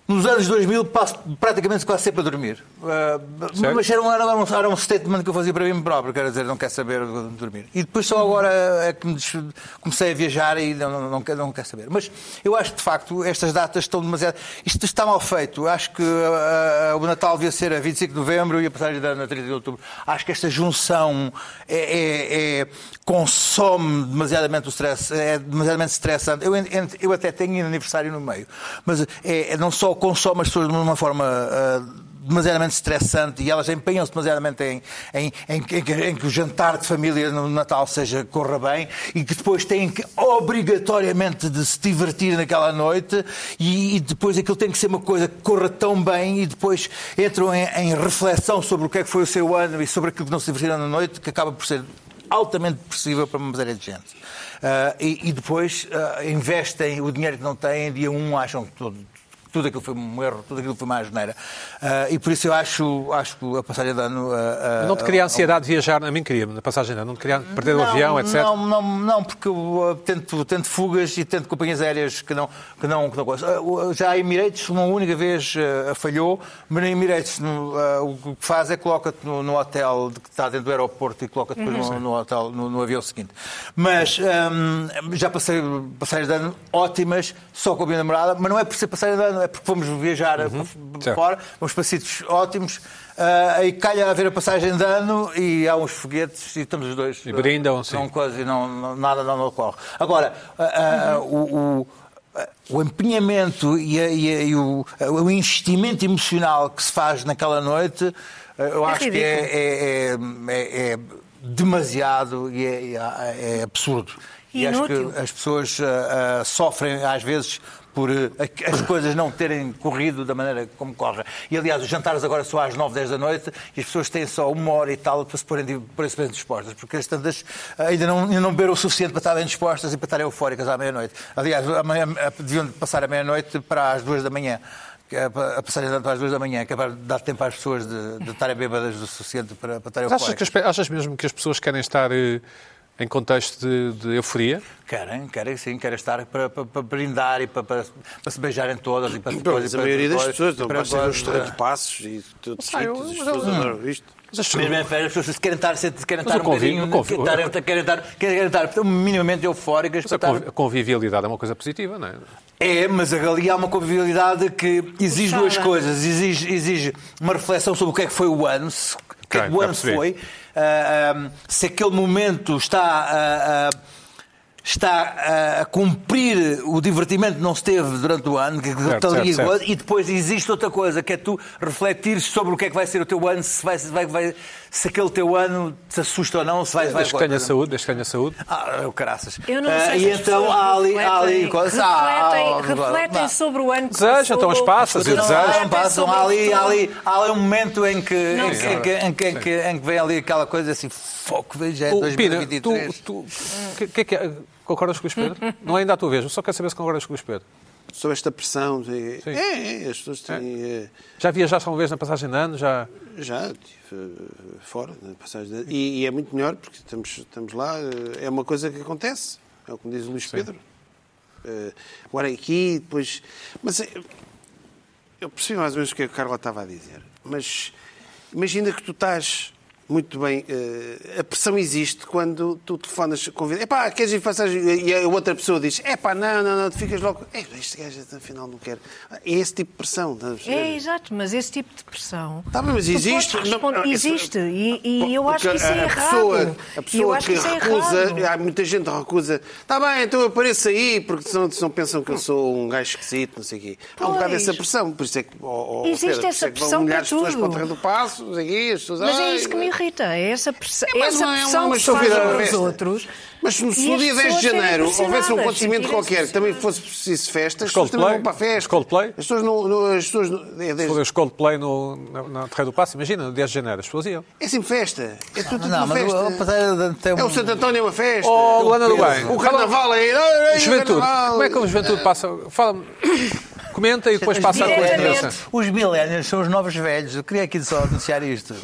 Speaker 5: Nos anos 2000 passo praticamente quase sempre a dormir. Ah,
Speaker 1: Sério?
Speaker 5: mas era um, era, um, era um statement que eu fazia para mim próprio, quer dizer, não quero saber de dormir. E depois só agora é que me des- comecei a viajar e não, não, não, quero, não quero saber. Mas eu acho que, de facto, estas datas estão demasiado... Isto está mal feito. Eu acho que ah, o Natal devia ser a 25 de novembro e a passagem da na 30 de outubro. Acho que esta junção é- é- é- consome demasiadamente o stress, é demasiadamente estressante. Eu, en- en- eu até tenho aniversário no meio, mas é- é não só consome as pessoas de uma forma... ah, demasiadamente estressante e elas empenham-se demasiadamente em, em, em- em que- em que o jantar de família no Natal seja, corra bem e que depois têm que obrigatoriamente de se divertir naquela noite e, e depois aquilo tem que ser uma coisa que corra tão bem e depois entram em, em reflexão sobre o que é que foi o seu ano e sobre aquilo que não se divertiram na noite que acaba por ser altamente depressiva para uma série de gente. Ah, e, e depois ah, investem o dinheiro que não têm, dia um acham que tudo tudo aquilo foi um erro, tudo aquilo foi uma asneira. Ah, e por isso eu acho, acho que a passagem de ano. ah, ah,
Speaker 1: Não te cria ansiedade de viajar? A mim queria-me, na passagem, não. Não te queria perder o
Speaker 5: não,
Speaker 1: avião, etc.
Speaker 5: Não, não, não, porque eu ah, tento, tento fugas e tento companhias aéreas que não, que não, que não gosto. Ah, o- Já a Emirates, uma única vez ah, falhou, mas na Emirates no, ah, o que faz é coloca-te no, no hotel de que está dentro do aeroporto e coloca-te depois no, no hotel, no, no avião seguinte. Mas ehm, ah, já passei passagens de ano ótimas, só com a minha namorada, mas não é por ser passagem de ano, é porque fomos viajar para
Speaker 1: Uhum. certo.
Speaker 5: fora, vamos para sítios ótimos, ah, aí calha a haver a passagem de ano e há uns foguetes e estamos os dois.
Speaker 1: E brindam,
Speaker 5: ah,
Speaker 1: sim.
Speaker 5: Não coisa e não, não- nada não ocorre. Agora, ah, ah, o. o ah, o empenhamento e, a- e a- e o, o investimento emocional que se faz naquela noite, ah, eu
Speaker 3: É
Speaker 5: acho que é, é- é- é demasiado e é, e é- é absurdo. E acho que
Speaker 3: Inútil.
Speaker 5: as pessoas ah, ah, sofrem às vezes por ah, ac- as coisas não terem corrido da maneira como correm. E aliás, os jantares agora são às 9, 10 da noite e as pessoas têm só uma hora e tal para se porem de- para se bem dispostas, porque as tantas ah, ainda não, ainda não beberam o suficiente para estarem dispostas e para estarem eufóricas à meia-noite. Aliás, amanhã, ah, deviam passar a meia-noite para às duas da manhã. que é pa- A passagem de para às duas da manhã, que é para dar tempo às pessoas de, de estarem bêbadas o suficiente para, para estarem
Speaker 1: Mas Achas, que
Speaker 5: eufóricas.
Speaker 1: as pe- achas mesmo que as pessoas querem estar eh, em contexto de, de euforia?
Speaker 5: Querem, querem sim, querem estar para, para, para brindar e para, para, para se beijarem todas e para depois.
Speaker 2: Mas
Speaker 5: e
Speaker 2: a
Speaker 5: para
Speaker 2: maioria das
Speaker 5: depois,
Speaker 2: pessoas,
Speaker 5: e
Speaker 2: não
Speaker 5: para
Speaker 2: basta ir aos
Speaker 5: depois,
Speaker 2: de passos e tudo de
Speaker 1: Sei, eu-
Speaker 2: seguido, as
Speaker 1: mas
Speaker 2: pessoas
Speaker 1: eu-
Speaker 2: adoram isto.
Speaker 1: Mas as
Speaker 5: eh, mesmo em férias, as pessoas querem estar, se- querem
Speaker 1: Mas
Speaker 5: estar
Speaker 1: o
Speaker 5: um
Speaker 1: convívio-
Speaker 5: bocadinho,
Speaker 1: o convívio-
Speaker 5: querem estar, querem estar, querem estar, portanto, minimamente eufóricas.
Speaker 1: Mas a
Speaker 5: para
Speaker 1: convi-
Speaker 5: estar-
Speaker 1: a convivialidade é uma coisa positiva, não é?
Speaker 5: É, mas ali há uma convivialidade que exige duas coisas. Exige, exige uma reflexão sobre o que é que foi o ano, se, o que é que
Speaker 1: Ok,
Speaker 5: o
Speaker 1: já
Speaker 5: ano
Speaker 1: percebi.
Speaker 5: foi, ah, ah, se aquele momento está. ah, ah, Está ah, a cumprir o divertimento que não se teve durante o ano, que
Speaker 1: Certo,
Speaker 5: está ali
Speaker 1: certo,
Speaker 5: igual-
Speaker 1: certo.
Speaker 5: e depois existe outra coisa, que é tu refletires sobre o que é que vai ser o teu ano, se, vai, se, vai, vai- se aquele teu ano te assusta ou não, se vai. vai
Speaker 1: Desde que tenha saúde, desde que tenha saúde.
Speaker 5: Ah, o caraças.
Speaker 3: Eu não
Speaker 5: Ah,
Speaker 3: sei se
Speaker 5: e
Speaker 3: as
Speaker 5: então
Speaker 3: pessoas
Speaker 5: há ali, há ali
Speaker 3: refletem,
Speaker 5: coisas. Ah,
Speaker 2: um
Speaker 5: ah,
Speaker 3: refletem,
Speaker 5: ah,
Speaker 3: refletem
Speaker 5: ah,
Speaker 3: sobre o ano que
Speaker 1: Desejam, então, as
Speaker 3: passou.
Speaker 1: passas,
Speaker 5: Não,
Speaker 1: eu desejo.
Speaker 5: não passam, há ali, há ali, há ali um momento em que,
Speaker 3: Não,
Speaker 5: em, que, em, que, em, que, em, que, em que vem ali aquela coisa assim, foco, veja, é
Speaker 1: O Pina,
Speaker 5: 2023.
Speaker 1: tu, tu que, que é que é? concordas com o Luís Pedro? Não é ainda a tua vez, eu só quero saber se concordas com o Luís Pedro.
Speaker 2: Sobre esta pressão. de-
Speaker 1: Sim.
Speaker 2: É, é, as pessoas têm. eh,
Speaker 1: Já viajaste uma vez na passagem de ano? Já...
Speaker 2: Já, estive eh, fora, na passagem de... e, e é muito melhor porque estamos, estamos lá, eh, é uma coisa que acontece, é o que me diz o Luís Pedro. Eh, Agora aqui, depois. Mas eh, eu percebi mais ou menos o que a Carla estava a dizer, mas imagina que tu estás muito bem. eh, a pressão existe quando tu telefonas, convida, epá, queres ir passagem? E a outra pessoa diz, epá, não, não, não, tu ficas logo, "Ei, este gajo afinal não quer. É esse tipo de pressão, estás a perceber?
Speaker 3: É, exato, mas esse tipo de pressão.
Speaker 2: Tá bem, mas
Speaker 3: tu
Speaker 2: existe.
Speaker 3: podes
Speaker 2: Não,
Speaker 3: responder-
Speaker 2: não, isso- é
Speaker 3: existe. E, e eu
Speaker 2: Porque
Speaker 3: acho que isso é
Speaker 2: a- a
Speaker 3: errado.
Speaker 2: Pessoa, a
Speaker 3: E eu
Speaker 2: pessoa
Speaker 3: acho
Speaker 2: que
Speaker 3: isso é
Speaker 2: recusa,
Speaker 3: errado.
Speaker 2: há muita gente que recusa. Está bem, então eu apareço aí, porque senão, senão pensam que eu sou um gajo esquisito, não sei o quê. Há um bocado
Speaker 3: Pois.
Speaker 2: essa pressão, por isso é que. ó, ó,
Speaker 3: Existe
Speaker 2: Pedro, por isso
Speaker 3: essa
Speaker 2: é que vão
Speaker 3: pressão para
Speaker 2: milhares de pessoas
Speaker 3: tudo.
Speaker 2: para o terreno do passo, Ah, não sei o quê, as pessoas.
Speaker 3: Mas é
Speaker 2: "Ai,
Speaker 3: isso que me irrita, é essa, pressa,
Speaker 2: mas
Speaker 3: essa
Speaker 2: não é uma-
Speaker 3: pressão
Speaker 2: uma
Speaker 3: que se faz
Speaker 2: estúpida
Speaker 3: aos
Speaker 2: festa.
Speaker 3: outros.
Speaker 2: mas se
Speaker 3: E
Speaker 2: no
Speaker 3: as
Speaker 2: dia 10
Speaker 3: pessoas
Speaker 2: de
Speaker 3: serem é
Speaker 2: janeiro houvesse um
Speaker 3: pressionadas,
Speaker 2: acontecimento
Speaker 3: sentirem-se
Speaker 2: qualquer que também
Speaker 3: pressionadas.
Speaker 2: fosse preciso festas, as pessoas também
Speaker 1: Coldplay?
Speaker 2: vão para a festa.
Speaker 1: Coldplay?
Speaker 2: As pessoas não. não- As pessoas não é,
Speaker 1: Foi
Speaker 2: desde-
Speaker 1: os Coldplay no, na, na Terra do Passo, imagina, no 10 de janeiro, as pessoas iam.
Speaker 2: é sempre festa. É tudo, tudo
Speaker 5: Não,
Speaker 2: uma
Speaker 5: mas
Speaker 2: festa.
Speaker 5: o- o Passageiro tem um-
Speaker 2: É o Santo António é uma festa.
Speaker 1: Oh, Luana do
Speaker 5: peso.
Speaker 1: Bem,
Speaker 2: O carnaval aí. ai, ai,
Speaker 1: Juventude,
Speaker 2: carnaval.
Speaker 1: como é que a juventude passa? Fala-me, comenta e depois passa a tua
Speaker 3: Diretamente.
Speaker 1: experiência.
Speaker 5: Os millennials são os novos velhos. Eu queria aqui só anunciar isto.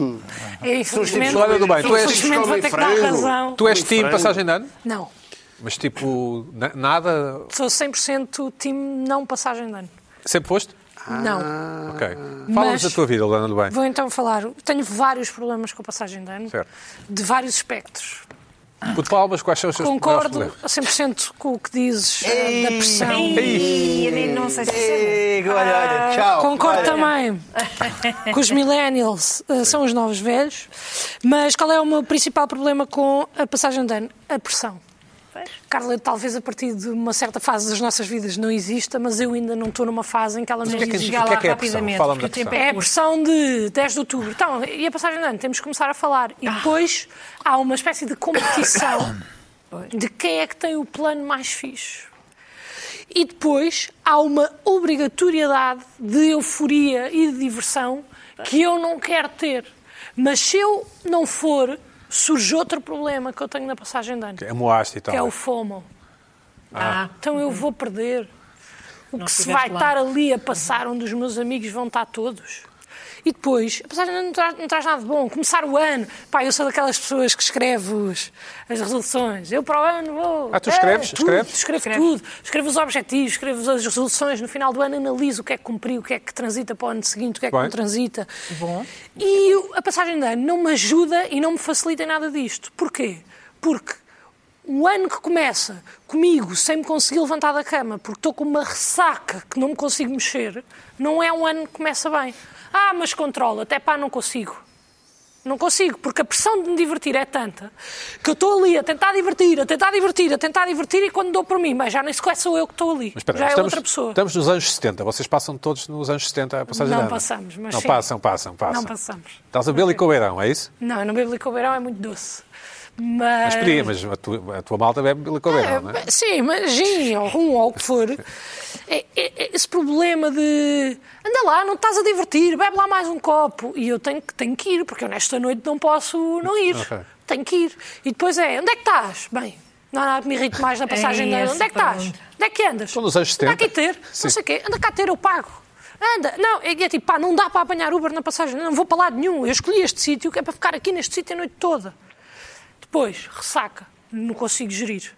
Speaker 4: Eu, infelizmente,
Speaker 1: Olha, do bem, tu és-
Speaker 4: infelizmente vou ter que dar
Speaker 2: Frango.
Speaker 4: razão.
Speaker 1: Tu és
Speaker 2: Muito
Speaker 1: time
Speaker 2: frango.
Speaker 1: passagem de ano?
Speaker 4: Não,
Speaker 1: Mas tipo, na- nada,
Speaker 4: sou 100% time não passagem de ano.
Speaker 1: sempre foste?
Speaker 4: Não.
Speaker 1: Ok. Fala-nos
Speaker 4: Mas-
Speaker 1: da tua vida, Luana do Bem.
Speaker 4: Vou então falar. Tenho vários problemas com a passagem de ano,
Speaker 1: Certo.
Speaker 4: de vários espectros.
Speaker 1: O de Palmas, quais são os seus
Speaker 4: Concordo
Speaker 1: maiores problemas?
Speaker 4: a 100% com o que dizes eh, da pressão.
Speaker 3: Ei, eu nem não sei se é Ah, percebe.
Speaker 5: Ei, olha, olha, tchau.
Speaker 4: Concordo
Speaker 5: Olha.
Speaker 4: também que os millennials eh, são os novos velhos, mas qual é o meu principal problema com a passagem de ano? A pressão. Carla, talvez a partir de uma certa fase das nossas vidas não exista, mas eu ainda não estou numa fase em que ela não
Speaker 1: O que é que,
Speaker 4: existe.
Speaker 1: o que é, que é a pressão?
Speaker 3: rapidamente,
Speaker 1: Fala-me
Speaker 3: porque
Speaker 1: da
Speaker 3: o tempo
Speaker 1: pressão.
Speaker 4: É a pressão de 10 de outubro. Então, e a passagem de ano? Temos que começar a falar.
Speaker 1: Ah.
Speaker 4: E depois há uma espécie de competição de quem é que tem o plano mais fixe. E depois há uma obrigatoriedade de euforia e de diversão que eu não quero ter. Mas se eu não for, surge outro problema que eu tenho na passagem de ano,
Speaker 1: É moaste e
Speaker 4: que é
Speaker 1: tal.
Speaker 4: o FOMO.
Speaker 3: Ah,
Speaker 4: Então eu vou perder. O
Speaker 3: Não
Speaker 4: que se
Speaker 3: estiveste
Speaker 4: vai
Speaker 3: lá.
Speaker 4: estar ali a passar, onde os meus amigos vão estar todos. E depois, apesar de não traz, não traz nada de bom, começar o ano. Pá, eu sou daquelas pessoas que escreve os- as resoluções. Eu para o ano vou.
Speaker 1: Ah, tu escreves?
Speaker 4: É, tudo,
Speaker 1: Escreves?
Speaker 4: Escrevo
Speaker 3: Escreves.
Speaker 4: tudo. Escrevo os objetivos, escrevo as resoluções. No final do ano analiso o que é que cumpri, o que é que transita para o ano seguinte, o que é que
Speaker 1: Bem.
Speaker 4: não transita.
Speaker 3: Bom.
Speaker 4: E o- a passagem de ano não me ajuda e não me facilita em nada disto. Porquê? Porque O ano que começa comigo, sem me conseguir levantar da cama, porque estou com uma ressaca que não me consigo mexer, não é um ano que começa bem. Ah, mas controla, até pá, não consigo. Não consigo, porque a pressão de me divertir é tanta que eu estou ali a tentar divertir, a tentar divertir, a tentar divertir e quando dou por mim, mas já nem sequer sou eu que estou ali.
Speaker 1: Mas espera,
Speaker 4: já é
Speaker 1: estamos,
Speaker 4: outra pessoa.
Speaker 1: estamos nos anos 70. Vocês passam todos nos anos 70 a passagem
Speaker 4: Não
Speaker 1: de ano.
Speaker 4: passamos, mas
Speaker 1: Não
Speaker 4: sim.
Speaker 1: passam, passam, passam.
Speaker 4: Não passamos.
Speaker 1: Estás a beber licoeirão, é isso?
Speaker 4: Não, eu não bebo licobeirão, é muito doce.
Speaker 1: Mas
Speaker 4: Mas.
Speaker 1: podia, mas a tua, a tua malta bebe
Speaker 4: É,
Speaker 1: licoeirão, não é?
Speaker 4: Sim, mas gin ou rum ou o que for. É- é- é Esse problema de anda lá, não te estás a divertir, bebe lá mais um copo. E eu tenho, que- tenho que ir, porque eu nesta noite não posso não ir.
Speaker 1: Ok.
Speaker 4: Tenho que ir. E depois é, onde é que estás? Bem, não há nada que me irrite mais na passagem
Speaker 3: Ei,
Speaker 4: de ano.
Speaker 3: essa
Speaker 4: Onde é que estás?
Speaker 3: pergunta.
Speaker 4: Onde é que andas?
Speaker 1: Estou nos anos 70.
Speaker 4: Anda aqui ter,
Speaker 1: Sim.
Speaker 4: não sei o quê, anda cá ter, eu pago. Anda, não, e é tipo, pá, não dá para apanhar Uber na passagem, não vou para lado nenhum. Eu escolhi este sítio, que é para ficar aqui neste sítio a noite toda. Depois, ressaca, não consigo gerir.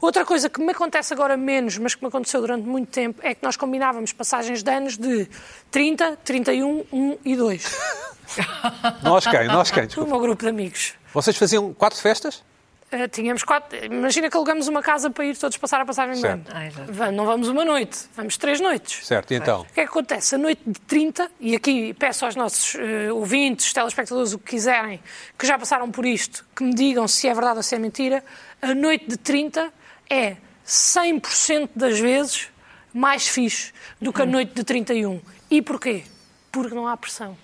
Speaker 4: Outra coisa que me acontece agora menos, mas que me aconteceu durante muito tempo, é que nós combinávamos passagens de anos de 30, 31, 1
Speaker 1: *laughs*
Speaker 4: e 2. Ah,
Speaker 1: Nós quem? Nós quem?
Speaker 4: O
Speaker 1: Desculpa.
Speaker 4: meu grupo de amigos.
Speaker 1: Vocês faziam quatro festas?
Speaker 4: Uh, tínhamos quatro. Imagina que alugamos uma casa para ir todos passar a passagem de ano.
Speaker 1: Certo.
Speaker 3: Ah, exato.
Speaker 4: Va- Não vamos uma noite, vamos três noites.
Speaker 1: Certo, e então?
Speaker 4: O que é que acontece? A noite de 30, e aqui peço aos nossos eh, ouvintes, telespectadores, o que quiserem, que já passaram por isto, que me digam se é verdade ou se é mentira, a noite de 30 é 100% das vezes mais fixe do que a noite de 31. E porquê? Porque não há pressão.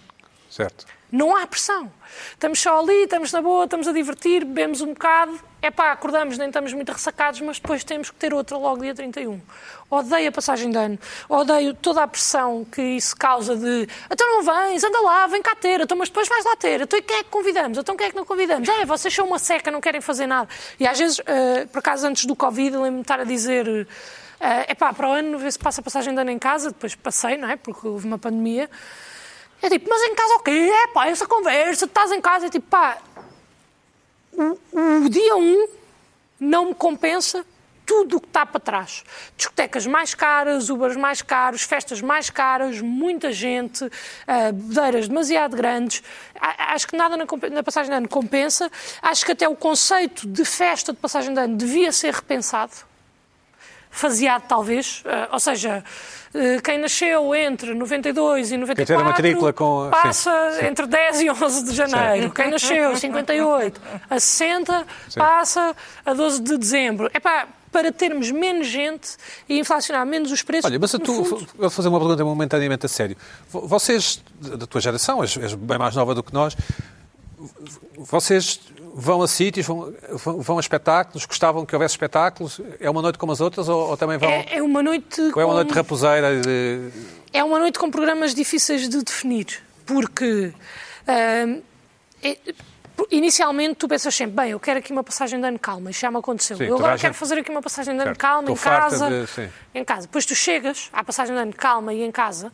Speaker 1: Certo.
Speaker 4: Não há pressão. Estamos só ali, estamos na boa, estamos a divertir, bebemos um bocado. É pá, acordamos, nem estamos muito ressacados, mas depois temos que ter outra logo dia 31. Odeio a passagem de ano, odeio toda a pressão que isso causa de então não vens, anda lá, vem cá ter, então, mas depois vais lá ter, então e quem é que convidamos, então quem é que não convidamos? É, vocês são uma seca, não querem fazer nada. E às vezes, eh, por acaso antes do Covid, lembro-me de estar a dizer. É pá, para o ano vê se passa a passagem de ano em casa, depois passei, não é? Porque houve uma pandemia. É tipo, mas em casa o quê? É pá, essa conversa, tu estás em casa, é tipo, pá, o, o dia 1 um não me compensa tudo o que está para trás. Discotecas mais caras, Ubers mais caros, festas mais caras, muita gente, ah, bebedeiras demasiado grandes. A- Acho que nada na, compe- na passagem de ano compensa. Acho que até o conceito de festa de passagem de ano devia ser repensado faseado, talvez. Eh, ou seja, eh, quem nasceu entre 92 e
Speaker 1: Quem tem a
Speaker 4: 94
Speaker 1: matrícula com-
Speaker 4: passa
Speaker 1: sim, sim.
Speaker 4: entre 10 e 11 de janeiro. Quem nasceu 58 a 60 passa a 12 de dezembro. É pá, para termos menos gente e inflacionar menos os preços.
Speaker 1: Olha, mas a
Speaker 4: no
Speaker 1: tu,
Speaker 4: fundo.
Speaker 1: vou fazer uma pergunta momentaneamente a sério. Vo- Vocês, da tua geração, és, és bem mais nova do que nós, vocês vão a sítios, vão, vão- vão a espetáculos, gostavam que houvesse espetáculos? É uma noite como as outras ou, ou também vão...
Speaker 4: É, é uma noite.
Speaker 1: ou é uma
Speaker 4: com-
Speaker 1: noite raposeira e de...
Speaker 4: é uma noite com programas difíceis de definir, porque ahm, é- inicialmente tu pensas sempre, bem, eu quero aqui uma passagem de ano calma, isto já me aconteceu.
Speaker 1: Sim,
Speaker 4: eu
Speaker 1: toda
Speaker 4: agora
Speaker 1: a
Speaker 4: quero
Speaker 1: gente-
Speaker 4: fazer aqui uma passagem de ano
Speaker 1: Certo,
Speaker 4: calma
Speaker 1: estou
Speaker 4: em
Speaker 1: farta
Speaker 4: casa.
Speaker 1: de- sim.
Speaker 4: Em casa. Depois tu chegas à passagem de ano calma e em casa.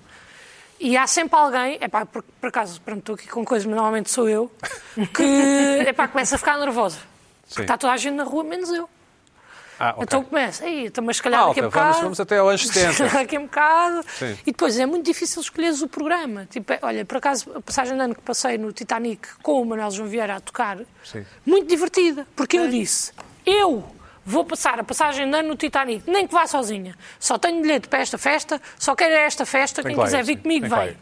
Speaker 4: E há sempre alguém, é por, por acaso, pronto, estou aqui com coisas, mas normalmente sou eu,
Speaker 1: *laughs*
Speaker 4: que epá, começa a ficar nervosa.
Speaker 1: Sim.
Speaker 4: Porque está toda a gente na rua, menos eu.
Speaker 1: Ah, ok.
Speaker 4: Então começa, aí, então, mas se calhar daqui
Speaker 1: Malta,
Speaker 4: a
Speaker 1: vamos,
Speaker 4: bocado.
Speaker 1: vamos até
Speaker 4: *laughs*
Speaker 1: ao anjo 70.
Speaker 4: Aqui um bocado.
Speaker 1: Sim.
Speaker 4: E depois é muito difícil escolheres o programa. Tipo, é, olha, por acaso, a passagem de ano que passei no Titanic com o Manuel João Vieira a tocar,
Speaker 1: Sim.
Speaker 4: muito divertida, porque eu disse, eu vou passar a passagem de ano no Titanic, nem que vá sozinha. Só tenho bilhete para esta festa, só quero ir a esta festa,
Speaker 1: Tem
Speaker 4: quem
Speaker 1: que lá
Speaker 4: quiser
Speaker 1: ir,
Speaker 4: vir
Speaker 1: sim.
Speaker 4: comigo,
Speaker 1: Tem que lá
Speaker 4: vem.
Speaker 1: ir.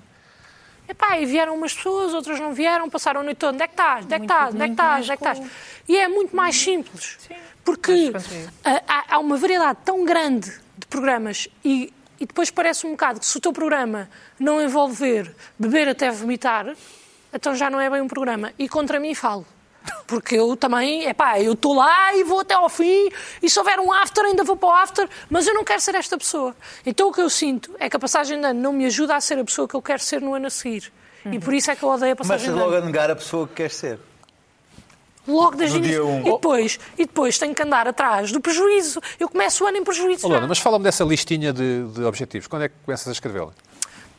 Speaker 4: Epá, e vieram umas pessoas, outras não vieram, passaram a noite toda. Onde é que estás? Onde é que
Speaker 3: Muito-
Speaker 4: estás? Onde é que
Speaker 3: muito
Speaker 4: estás?
Speaker 3: mais
Speaker 4: Onde é que
Speaker 3: com-
Speaker 4: estás? E é muito mais simples. Porque
Speaker 3: acho que
Speaker 4: ah, há, há uma variedade tão grande de programas e, e depois parece um bocado que se o teu programa não envolver beber até vomitar, então já não é bem um programa. E contra mim falo. Porque eu também, é pá, eu estou lá e vou até ao fim, e se houver um after, ainda vou para o after, mas eu não quero ser esta pessoa. Então o que eu sinto é que a passagem de ano não me ajuda a ser a pessoa que eu quero ser no ano a seguir. E por isso é que eu odeio a
Speaker 5: Mas
Speaker 4: passagem
Speaker 5: estás
Speaker 4: de
Speaker 5: logo
Speaker 4: ano.
Speaker 5: a negar a pessoa que queres ser.
Speaker 4: Logo desde o
Speaker 5: No dia
Speaker 4: início.
Speaker 5: um.
Speaker 4: E, depois, e depois tenho que andar atrás do prejuízo. Eu começo o ano em prejuízo.
Speaker 1: Oh,
Speaker 4: já.
Speaker 1: Luana, mas fala-me dessa listinha de, de objetivos. Quando é que começas a escrevê-la?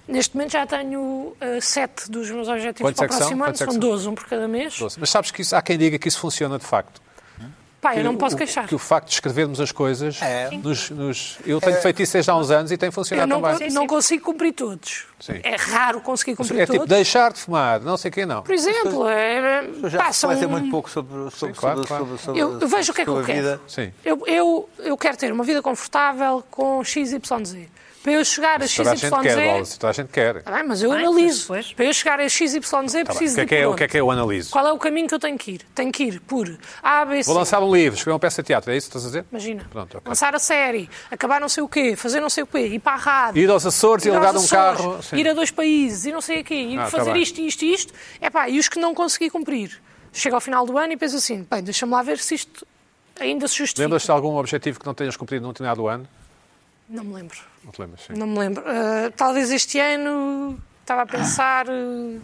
Speaker 4: Neste momento já tenho eh, sete dos meus objetivos
Speaker 1: Quantos
Speaker 4: para
Speaker 1: é
Speaker 4: o
Speaker 1: que são?
Speaker 4: próximo ano.
Speaker 1: Quantos é que
Speaker 4: São
Speaker 1: são?
Speaker 4: 12, um por cada mês.
Speaker 1: Doce. Mas sabes que isso- há quem diga que isso funciona de facto.
Speaker 4: Pá, eu
Speaker 1: que
Speaker 4: não me posso
Speaker 1: o-
Speaker 4: queixar.
Speaker 1: Que o facto de escrevermos as coisas.
Speaker 5: É.
Speaker 1: Nos, nos- eu tenho feito isso desde há uns anos e tem
Speaker 4: Eu
Speaker 1: funcionado
Speaker 4: não,
Speaker 1: também.
Speaker 4: con- não consigo cumprir todos.
Speaker 1: Sim.
Speaker 4: É raro conseguir cumprir
Speaker 1: É tipo
Speaker 4: todos.
Speaker 1: deixar de fumar, não sei quem não.
Speaker 4: Por exemplo, é,
Speaker 5: Eu já
Speaker 4: passa
Speaker 5: reflete
Speaker 4: um-
Speaker 5: muito pouco sobre, sobre,
Speaker 1: Sim, claro,
Speaker 5: sobre,
Speaker 1: claro.
Speaker 5: sobre, sobre,
Speaker 4: Eu, eu vejo o que é que eu
Speaker 5: sobre a
Speaker 4: quero.
Speaker 5: vida.
Speaker 1: Sim.
Speaker 4: Eu, eu, eu quero ter uma vida confortável com XYZ. Para eu chegar a
Speaker 1: Toda a gente quer, Bola,
Speaker 4: XYZ.
Speaker 1: toda a gente quer.
Speaker 4: Tá bem, mas eu
Speaker 3: Bem, mas
Speaker 4: analiso.
Speaker 3: depois-
Speaker 4: Para eu chegar a XYZ,
Speaker 1: Tá bem. O
Speaker 4: preciso
Speaker 1: que é
Speaker 4: de
Speaker 1: que é,
Speaker 4: por
Speaker 1: o que é
Speaker 4: onde?
Speaker 1: que eu analiso?
Speaker 4: Qual é o caminho que eu tenho que ir? Tenho que ir por A, B, C.
Speaker 1: Vou lançar um livro, escrever uma peça de teatro, é isso que estás a dizer?
Speaker 4: Imagina.
Speaker 1: Pronto, ok.
Speaker 4: Lançar a série, acabar não sei o quê, fazer não sei o quê, ir para a rádio.
Speaker 1: Ir aos Açores e
Speaker 4: ir aos
Speaker 1: alugar um
Speaker 4: Açores,
Speaker 1: carro. Sim.
Speaker 4: Ir a dois países e não sei o quê, ir
Speaker 1: Ah, tá
Speaker 4: fazer
Speaker 1: bem.
Speaker 4: isto, isto e isto. É pá, e os que não consegui cumprir? Chego ao final do ano e penso assim, bem, deixa-me lá ver se isto ainda se justifica.
Speaker 1: Lembras-te de algum objetivo que não tenhas cumprido num determinado ano?
Speaker 4: Não me lembro.
Speaker 1: Não te lembras, sim.
Speaker 4: Não me lembro. Ah, talvez este ano estava a pensar. ah,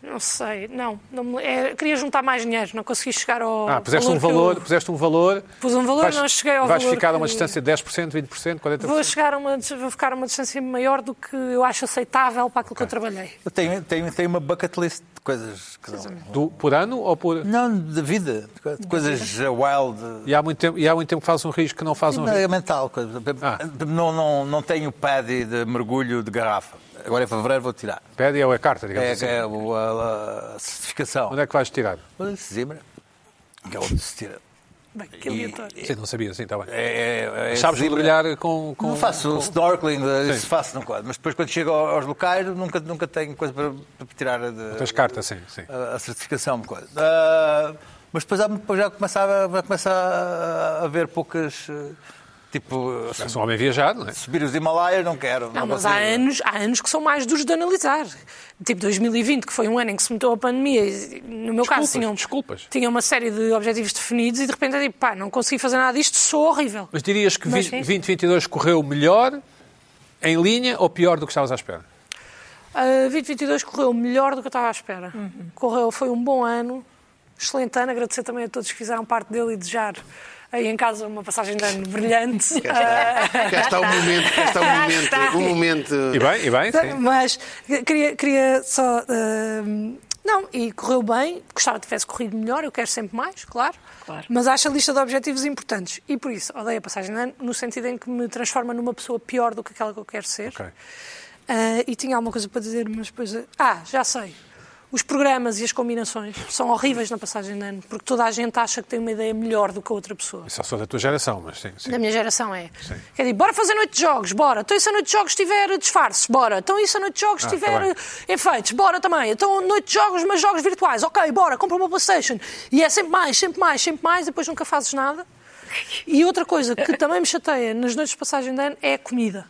Speaker 4: não sei, não. não me- é, queria juntar mais dinheiro, não consegui chegar ao.
Speaker 1: Ah, puseste um valor,
Speaker 4: que eu-
Speaker 1: puseste um valor.
Speaker 4: Pus um valor, não cheguei ao
Speaker 1: vais
Speaker 4: valor
Speaker 1: ficar a uma
Speaker 4: que-
Speaker 1: distância de 10%, 20%, 40%.
Speaker 4: Vou, chegar a uma, vou ficar a uma distância maior do que eu acho aceitável para aquilo que eu trabalhei.
Speaker 5: Eu tenho, tenho, tenho uma bucket list de coisas que não. é.
Speaker 1: Do- por ano ou por.
Speaker 5: Não, de vida, de co- de coisas eh, wild.
Speaker 1: E há muito tempo, e há muito tempo que faz um risco que não faz um
Speaker 5: Não,
Speaker 1: risco.
Speaker 5: é mental. coisa.
Speaker 1: Ah.
Speaker 5: Não, não, não tenho pad de mergulho de garrafa. Agora em fevereiro vou tirar.
Speaker 1: Pede ou é carta, digamos
Speaker 5: É,
Speaker 1: assim.
Speaker 5: é o- a, a certificação.
Speaker 1: Onde é que vais tirar?
Speaker 5: Olha, Zimbra. Que é onde se tira.
Speaker 4: Bem, que aleatório.
Speaker 1: Sim, não sabia, sim, está bem.
Speaker 5: É, é, é
Speaker 1: Sabes
Speaker 5: Zimbra.
Speaker 1: mergulhar com. com
Speaker 5: Não faço snorkeling, eh, isso faço não quadro. Mas depois quando chego ao- aos locais nunca, nunca tenho coisa para, para tirar de-
Speaker 1: Tens carta, sim, sim.
Speaker 5: a, a certificação de coisa. Ah, mas depois, há- depois já começava já começa a, a haver poucas. eh, Tipo,
Speaker 1: És um homem viajado, não é?
Speaker 5: subir os Himalaias não quero.
Speaker 3: Ah,
Speaker 4: Não, mas
Speaker 5: consigo.
Speaker 4: há anos, há anos que são mais duros de analisar. Tipo 2020, que foi um ano em que se meteu a pandemia, e, no meu
Speaker 1: Desculpas,
Speaker 4: caso tinham,
Speaker 1: desculpas.
Speaker 4: tinham uma série de objetivos definidos e de repente é tipo, pá, não consegui fazer nada disto, sou horrível.
Speaker 1: Mas dirias que
Speaker 3: Mas
Speaker 1: vi-
Speaker 3: sim.
Speaker 1: 2022 correu melhor em linha ou pior do que estavas à espera?
Speaker 4: Ah, 2022 correu melhor do que eu estava à espera. Correu, foi um bom ano, excelente ano. Agradecer também a todos que fizeram parte dele e desejar aí em casa uma passagem de ano brilhante.
Speaker 1: *laughs*
Speaker 4: Ah,
Speaker 2: Cá está o momento, cá está o
Speaker 4: Cá
Speaker 2: momento,
Speaker 4: está.
Speaker 2: o momento.
Speaker 1: E bem, e bem, sim.
Speaker 4: Mas queria, queria só. ah, não, e correu bem, gostava que tivesse corrido melhor, eu quero sempre mais, claro.
Speaker 3: Claro.
Speaker 4: Mas acho a lista de objetivos importantes. E por isso, odeio a passagem de ano, no sentido em que me transforma numa pessoa pior do que aquela que eu quero ser.
Speaker 1: Ok.
Speaker 4: Ah, e tinha alguma coisa para dizer, mas depois. Ah, já sei. Os programas e as combinações são horríveis na passagem de ano, porque toda a gente acha que tem uma ideia melhor do que a outra pessoa.
Speaker 1: Só sou da tua geração, mas sim. sim.
Speaker 4: Da minha geração é. Quer dizer, bora fazer noite de jogos, bora. Então, e se a noite de jogos tiver disfarces, bora. Então, e se a noite de jogos
Speaker 1: Ah,
Speaker 4: tiver
Speaker 1: tá bem.
Speaker 4: efeitos, bora também. Então, noite de jogos, mas jogos virtuais. Ok, bora, compra uma PlayStation. E é sempre mais, sempre mais, sempre mais, depois nunca fazes nada. E outra coisa que também me chateia nas noites de passagem de ano é a comida.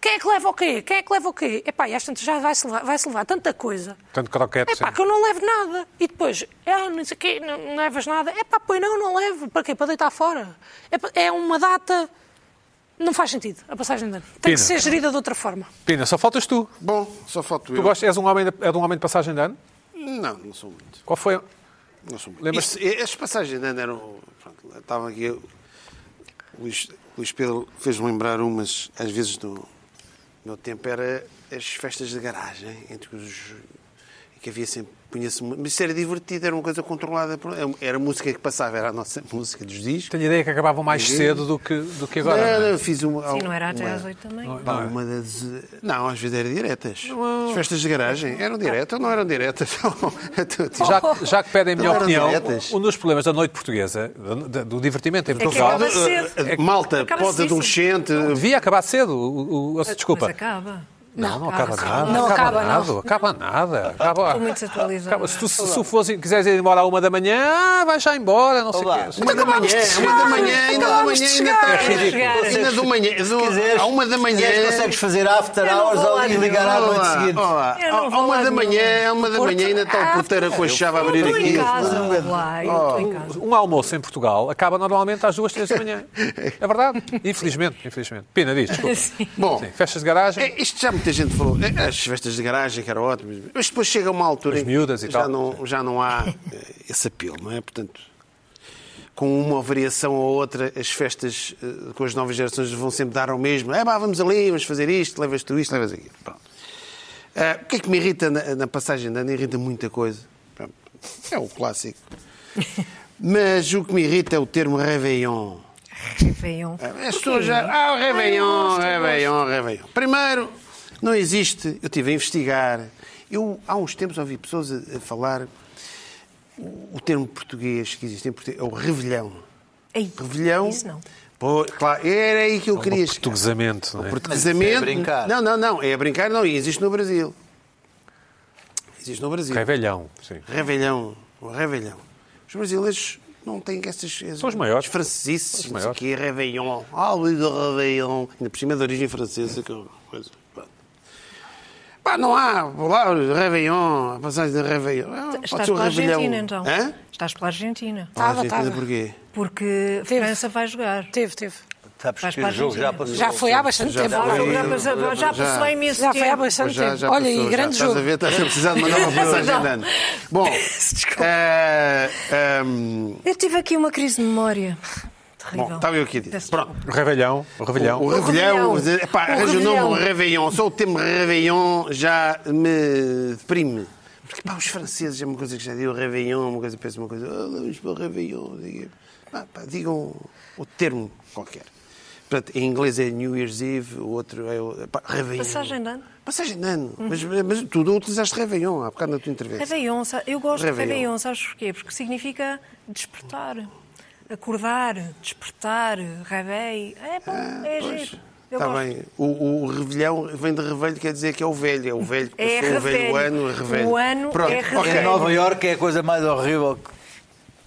Speaker 4: Quem é que leva o quê? Quem é que leva o quê? Epá, e às tantas já vai-se levar, vai levar tanta coisa.
Speaker 1: Tanto croquete,
Speaker 4: É pá,
Speaker 1: sim.
Speaker 4: que eu não levo nada. E depois, ah, não sei o quê, não, não levas nada. É pá, pois não, não levo. Para quê? Para deitar fora. É, pá, é uma data. Não faz sentido a passagem de ano. Tem
Speaker 1: Pina.
Speaker 4: que ser gerida de outra forma.
Speaker 1: Pina, só faltas tu.
Speaker 2: Bom, só falta eu.
Speaker 1: Tu gostas, és um homem de, és um homem de passagem de ano?
Speaker 2: Não, não sou muito.
Speaker 1: Qual foi?
Speaker 2: Não sou muito.
Speaker 1: Lembras-te-
Speaker 2: Isso- Estas passagens ainda eram. Pronto, estavam aqui. eu- Luís, Luís Pedro fez-me lembrar umas, às vezes, no meu tempo, era as festas de garagem, entre os. que havia sempre. Punha-se. mu- Mas isso era divertido, era uma coisa controlada. por- Era a música que passava, era a nossa *laughs* música dos discos.
Speaker 1: Tenho a ideia que acabavam mais cedo do que, do que agora.
Speaker 2: Era,
Speaker 1: não é?
Speaker 2: eu fiz uma.
Speaker 3: Sim, não era até
Speaker 2: uma-
Speaker 3: às oito também.
Speaker 2: Pá,
Speaker 5: é?
Speaker 2: uma das. Não, às vezes eram diretas. As festas de garagem eram diretas ou não eram diretas? *laughs*
Speaker 3: Oh,
Speaker 1: Já, que- já que pedem a minha
Speaker 2: Não eram
Speaker 1: opinião,
Speaker 2: diretas.
Speaker 1: um dos problemas da noite portuguesa, da- da- do divertimento em Portugal,
Speaker 3: É acaba cedo. Então
Speaker 2: Eh, Malta,
Speaker 3: Acaba
Speaker 2: pós-adolescente,
Speaker 1: devia acabar cedo. O, o- o- desculpa.
Speaker 3: Mas acaba.
Speaker 1: Não, não acaba
Speaker 3: acaba
Speaker 1: nada.
Speaker 3: cedo.
Speaker 4: Não acaba,
Speaker 1: nada.
Speaker 4: não.
Speaker 1: Acaba nada. Acaba,
Speaker 3: Estou muito desatualizada.
Speaker 1: acaba- Se tu se, se fosse- quiseres ir embora à uma da manhã, ah, vai já embora, não sei o
Speaker 5: Olá.
Speaker 1: quê.
Speaker 2: Uma da manhã, uma da manhã, ainda da manhã, ainda está.
Speaker 3: É ridículo.
Speaker 2: Ainda do manhã, do-
Speaker 5: Quiseres-
Speaker 2: à uma da manhã.
Speaker 5: quiseres, consegues fazer after
Speaker 3: Eu não
Speaker 5: hours
Speaker 3: vou
Speaker 5: ou
Speaker 3: lá
Speaker 5: e
Speaker 3: nenhum.
Speaker 5: ligar à noite
Speaker 2: Olá,
Speaker 5: seguinte.
Speaker 2: olá.
Speaker 3: Eu não
Speaker 2: À
Speaker 3: vou
Speaker 2: uma
Speaker 3: lá
Speaker 2: da
Speaker 3: nenhuma.
Speaker 2: manhã, à uma da manhã, ainda está o porteiro com a chave a
Speaker 3: Eu
Speaker 2: abrir
Speaker 3: estou em
Speaker 2: aqui. Oh.
Speaker 3: casa, lá, eu estou em
Speaker 2: *laughs*
Speaker 3: casa.
Speaker 1: Um almoço em Portugal acaba normalmente às duas, três da manhã. É verdade? Infelizmente, infelizmente. Pina, diz, desculpa.
Speaker 2: Bom,
Speaker 1: Sim, festas de garagem.
Speaker 2: é, isto já muita gente falou. É, As festas de garagem, que era ótimo. Mas depois chega uma altura
Speaker 1: As
Speaker 2: em que
Speaker 1: miúdas e
Speaker 2: já,
Speaker 1: tal.
Speaker 2: Não, já não há eh, esse apelo, não é? Portanto, com uma variação ou outra, as festas eh, com as novas gerações vão sempre dar ao mesmo. É, pá, vamos ali, vamos fazer isto, levas tu isto, levas aquilo. Pronto. Ah, o que é que me irrita na, na passagem de ano? Irrita muita coisa. Pronto. É o clássico. Mas o que me irrita é o termo Réveillon.
Speaker 3: Réveillon.
Speaker 2: As pessoas já. Ah, o Réveillon, Réveillon, Réveillon. Primeiro, não existe. Eu estive a investigar. Eu, há uns tempos, ouvi pessoas a, a falar. O, o termo português que existe em português é o revelhão.
Speaker 3: Ei,
Speaker 2: Revelhão.
Speaker 3: Isso não.
Speaker 2: Pô, claro, era aí que eu queria chegar.
Speaker 1: Portuguesamento, não é?
Speaker 2: Portuguesamento.
Speaker 5: Mas isso é brincar.
Speaker 2: Não, não, não. É a brincar, não. E existe no Brasil. Existe no Brasil.
Speaker 1: Revelhão, sim.
Speaker 2: Revelhão, o Revelhão. Os brasileiros não têm essas.
Speaker 1: São os maiores.
Speaker 2: Os franceses,
Speaker 1: São os
Speaker 2: não sei o
Speaker 1: maiores.
Speaker 2: quê, Réveillon. Ah, Luís de Réveillon. Ainda por cima é de origem francesa, que é uma coisa. pronto. Pá, não há. Vou lá, Réveillon, a passagem de Réveillon. Ah, Pode
Speaker 3: Estás
Speaker 2: ser o
Speaker 3: pela
Speaker 2: Réveillon.
Speaker 3: Argentina, então.
Speaker 2: Hã? Tá. Ah,
Speaker 3: Estás pela Argentina.
Speaker 4: Estava,
Speaker 2: Argentina,
Speaker 4: estava.
Speaker 2: Porquê?
Speaker 3: Porque a
Speaker 4: Teve.
Speaker 3: França vai jogar.
Speaker 4: Teve, teve.
Speaker 5: Sabes
Speaker 3: Faz
Speaker 5: que o
Speaker 3: parte
Speaker 5: jogo
Speaker 3: do
Speaker 5: já
Speaker 3: jogo.
Speaker 5: passou.
Speaker 4: Já foi há bastante
Speaker 2: Já
Speaker 4: tempo.
Speaker 2: foi.
Speaker 3: O programa Já, já,
Speaker 2: Já.
Speaker 3: passou imenso
Speaker 4: Já foi há
Speaker 3: tempo.
Speaker 4: bastante
Speaker 2: Já,
Speaker 4: tempo.
Speaker 2: já
Speaker 4: Olha,
Speaker 2: passou,
Speaker 4: e grande
Speaker 2: já,
Speaker 4: jogo.
Speaker 2: Estás a ver, estás a precisar de mandar uma passagem de ano. Bom,
Speaker 3: Desculpa.
Speaker 2: eh, ehm,
Speaker 3: Eu tive aqui uma crise de memória. Terrível.
Speaker 2: bom, tá estava eu aqui a dizer.
Speaker 3: Peço
Speaker 2: Pronto.
Speaker 1: O Revelhão, o Revelhão.
Speaker 2: O Revelhão,
Speaker 3: Revelhão.
Speaker 2: epá,
Speaker 3: O
Speaker 2: arranja o nome
Speaker 3: Revelhão.
Speaker 2: o Réveillon. Só o termo Réveillon já me deprime. Porque pá, os franceses é uma coisa que já digo, Réveillon, uma coisa, pensa uma coisa, ah, vamos para o Réveillon. diga- pá, pá, digam o termo qualquer. Portanto, em inglês é New Year's Eve, o outro é o- pá, Réveillon.
Speaker 3: Passagem de ano.
Speaker 2: Passagem de ano. Mas, mas tu não utilizaste Réveillon há bocado na tua intervenção.
Speaker 3: Réveillon, sa- eu gosto
Speaker 2: Réveillon.
Speaker 3: de Réveillon, sabes porquê? Porque significa despertar, acordar, despertar, réveil. É bom, é giro. Eu
Speaker 2: Está
Speaker 3: gosto.
Speaker 2: Ah, Tá bem. O, o, revelhão vem de revelho, quer dizer que é o velho. É o velho que
Speaker 3: É
Speaker 2: passou, o velho
Speaker 3: revelho.
Speaker 2: ano, é revelho.
Speaker 3: O ano
Speaker 2: Pronto,
Speaker 3: é
Speaker 2: ok.
Speaker 5: Em
Speaker 3: revelho.
Speaker 5: Nova Iorque é a coisa mais horrível que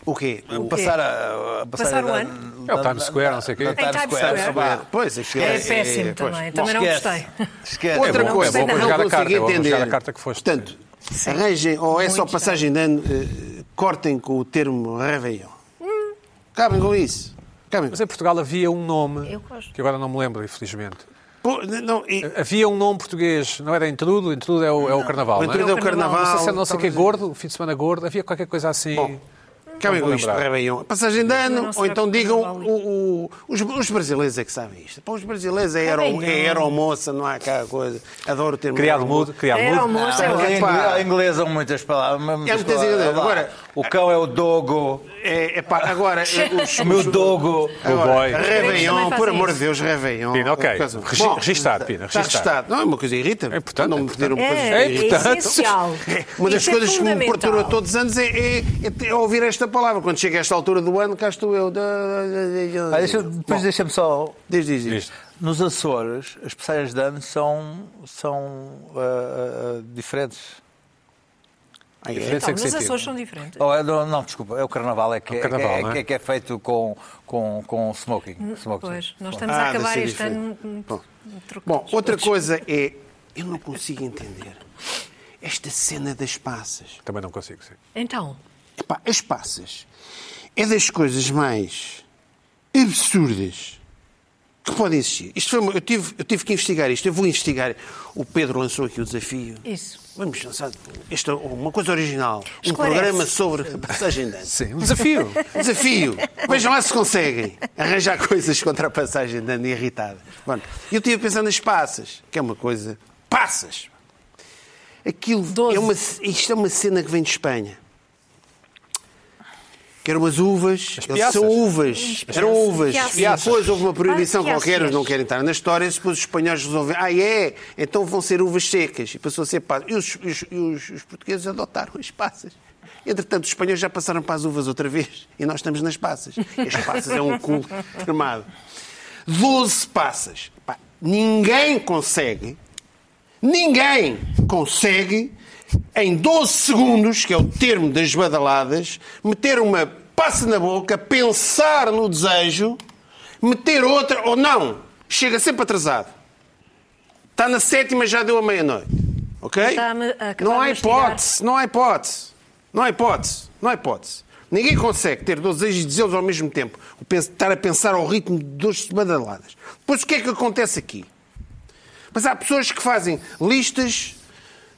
Speaker 2: O quê?
Speaker 1: um
Speaker 5: O passar, a, a passar,
Speaker 3: Passar o
Speaker 5: da-
Speaker 3: ano?
Speaker 1: É o Times Square, não sei o quê.
Speaker 5: da
Speaker 1: Em
Speaker 3: Times Square.
Speaker 1: um
Speaker 5: pá.
Speaker 2: Pois, aquilo
Speaker 3: É,
Speaker 2: é-
Speaker 3: péssimo
Speaker 2: é, pois.
Speaker 3: também, tá? também não
Speaker 5: Esquece.
Speaker 3: gostei.
Speaker 5: Esquece.
Speaker 2: Outra
Speaker 1: É bom,
Speaker 2: coisa,
Speaker 1: é bom para
Speaker 2: não
Speaker 1: jogar a
Speaker 2: consegui
Speaker 1: carta, é bom para
Speaker 2: entender.
Speaker 1: jogar a carta que foste.
Speaker 2: Portanto, arranjem, ou é só passagem de ano, eh, cortem com o termo Réveillon.
Speaker 3: Hum.
Speaker 2: Acabem com isso. Acabem.
Speaker 1: Mas em Portugal havia um nome,
Speaker 3: Eu gosto.
Speaker 1: que agora não me lembro, infelizmente.
Speaker 2: Pô, não, e-
Speaker 1: Havia um nome português, não era Intrudo, Intrudo é o, é o Carnaval,
Speaker 2: o
Speaker 1: não é?
Speaker 2: interior do
Speaker 3: o carnaval.
Speaker 2: carnaval.
Speaker 1: Não sei,
Speaker 2: tá
Speaker 1: se é não sei o que,
Speaker 2: talvez-
Speaker 1: gordo, fim de semana gordo, havia qualquer coisa assim.
Speaker 2: Acabem
Speaker 1: Não
Speaker 2: com
Speaker 1: vou
Speaker 2: isto,
Speaker 1: lembrar.
Speaker 2: Réveillon. Passagem de
Speaker 3: Eu
Speaker 2: ano,
Speaker 3: não sei
Speaker 2: ou então
Speaker 3: o que
Speaker 2: digam,
Speaker 3: carnaval é.
Speaker 2: o- o- os, os brasileiros é que sabem isto. Para os brasileiros é aero-
Speaker 3: Réveillon.
Speaker 2: é aeromoça, não há cá coisa. Adoro o termo
Speaker 1: Criado
Speaker 2: aeromoça.
Speaker 1: mudo, criado
Speaker 3: Era
Speaker 1: mudo.
Speaker 3: almoço, é
Speaker 5: Mas
Speaker 3: ótimo.
Speaker 5: em
Speaker 2: Epá.
Speaker 5: inglês- em inglês são muitas palavras. muitas
Speaker 2: É muitas
Speaker 5: palavras.
Speaker 2: inglês.
Speaker 5: Vá.
Speaker 2: Agora-
Speaker 5: o cão é o dogo,
Speaker 2: É, é pá,
Speaker 3: *laughs*
Speaker 2: agora, é, os,
Speaker 5: o meu dogo.
Speaker 1: O boy.
Speaker 2: Réveillon,
Speaker 3: Também fazem
Speaker 2: por amor
Speaker 3: isso.
Speaker 2: de Deus, Réveillon.
Speaker 1: Pina, ok.
Speaker 2: Por causa-
Speaker 1: Regi- registar, Pina,
Speaker 2: Está
Speaker 1: registar.
Speaker 2: registado. Não, é uma coisa irrita.
Speaker 1: É importante,
Speaker 2: Não
Speaker 1: é
Speaker 2: me
Speaker 1: importante.
Speaker 2: pediram uma coisa
Speaker 3: *laughs*
Speaker 1: E,
Speaker 3: É, é
Speaker 2: irrita.
Speaker 1: portanto,
Speaker 3: essencial.
Speaker 2: *laughs* Uma das
Speaker 3: Isso é
Speaker 2: coisas que um me
Speaker 3: fundamental.
Speaker 2: perturba todos os anos é, é- é- é ouvir esta palavra. Quando chega a esta altura do ano, cá estou eu.
Speaker 5: Ah, deixa- depois deixa-me só.
Speaker 2: Diz, diz, diz.
Speaker 1: Isto.
Speaker 5: Nos Açores, as passagens de ano são, são ah, ah, diferentes.
Speaker 2: Ah, é?
Speaker 1: Diferença
Speaker 3: Então,
Speaker 1: em que
Speaker 3: mas as
Speaker 1: sentido?
Speaker 3: Açores são diferentes.
Speaker 5: Ou é do- não, desculpa, é o carnaval, é que é,
Speaker 1: o carnaval,
Speaker 5: é-
Speaker 1: não é?
Speaker 5: que é- que é feito com, com, com smoking. smoking.
Speaker 3: Pois, nós estamos
Speaker 2: Ah,
Speaker 3: a
Speaker 2: deve
Speaker 3: acabar
Speaker 2: ser
Speaker 3: este ano
Speaker 2: diferente.
Speaker 3: hum,
Speaker 2: Bom.
Speaker 3: hum, trocados.
Speaker 2: Bom, outra coisa é. Eu não consigo entender esta cena das passas.
Speaker 1: Também não consigo, sim.
Speaker 3: Então,
Speaker 2: Epá, as passas é das coisas mais absurdas que podem existir. Isto foi uma- eu, tive, eu tive que investigar isto. Eu vou investigar. O Pedro lançou aqui o desafio.
Speaker 3: isso.
Speaker 2: Vamos lançar isto é uma coisa original. Um
Speaker 3: Esclarece.
Speaker 2: programa sobre a passagem de ano.
Speaker 1: Sim,
Speaker 3: *laughs*
Speaker 1: um desafio.
Speaker 2: Desafio. Vejam lá se conseguem arranjar coisas contra a passagem de ano irritada. Bom, eu estive a pensar nas passas, que é uma coisa. Passas! Aquilo é uma, isto é uma cena que vem de Espanha. Que eram umas uvas. Eles
Speaker 1: piaças.
Speaker 2: são uvas. Eram uvas.
Speaker 3: Piaças.
Speaker 2: E depois houve uma proibição
Speaker 3: Ah, piaças.
Speaker 2: qualquer, eles não querem estar na história, e depois os espanhóis resolveram. Ah, é? Então vão ser uvas secas. E passou a ser passas. E os, e os- e os- os portugueses adotaram as passas. Entretanto, os espanhóis já passaram para as uvas outra vez. E nós estamos nas passas. E as passas é um culto tremado. 12 passas. Pá, ninguém consegue Ninguém consegue, em 12 segundos, que é o termo das badaladas, meter uma passa na boca, pensar no desejo, meter outra ou não. Chega sempre atrasado. Está na sétima, já deu a meia-noite. Ok?
Speaker 3: Está a ma- a acabar
Speaker 2: Não
Speaker 3: de
Speaker 2: há
Speaker 3: mastigar.
Speaker 2: hipótese, não há hipótese. Não há hipótese, não há hipótese. Ninguém consegue ter 12 desejos e desejos ao mesmo tempo. O pen- Estar a pensar ao ritmo de 12 badaladas. Pois o que é que acontece aqui? Mas há pessoas que fazem listas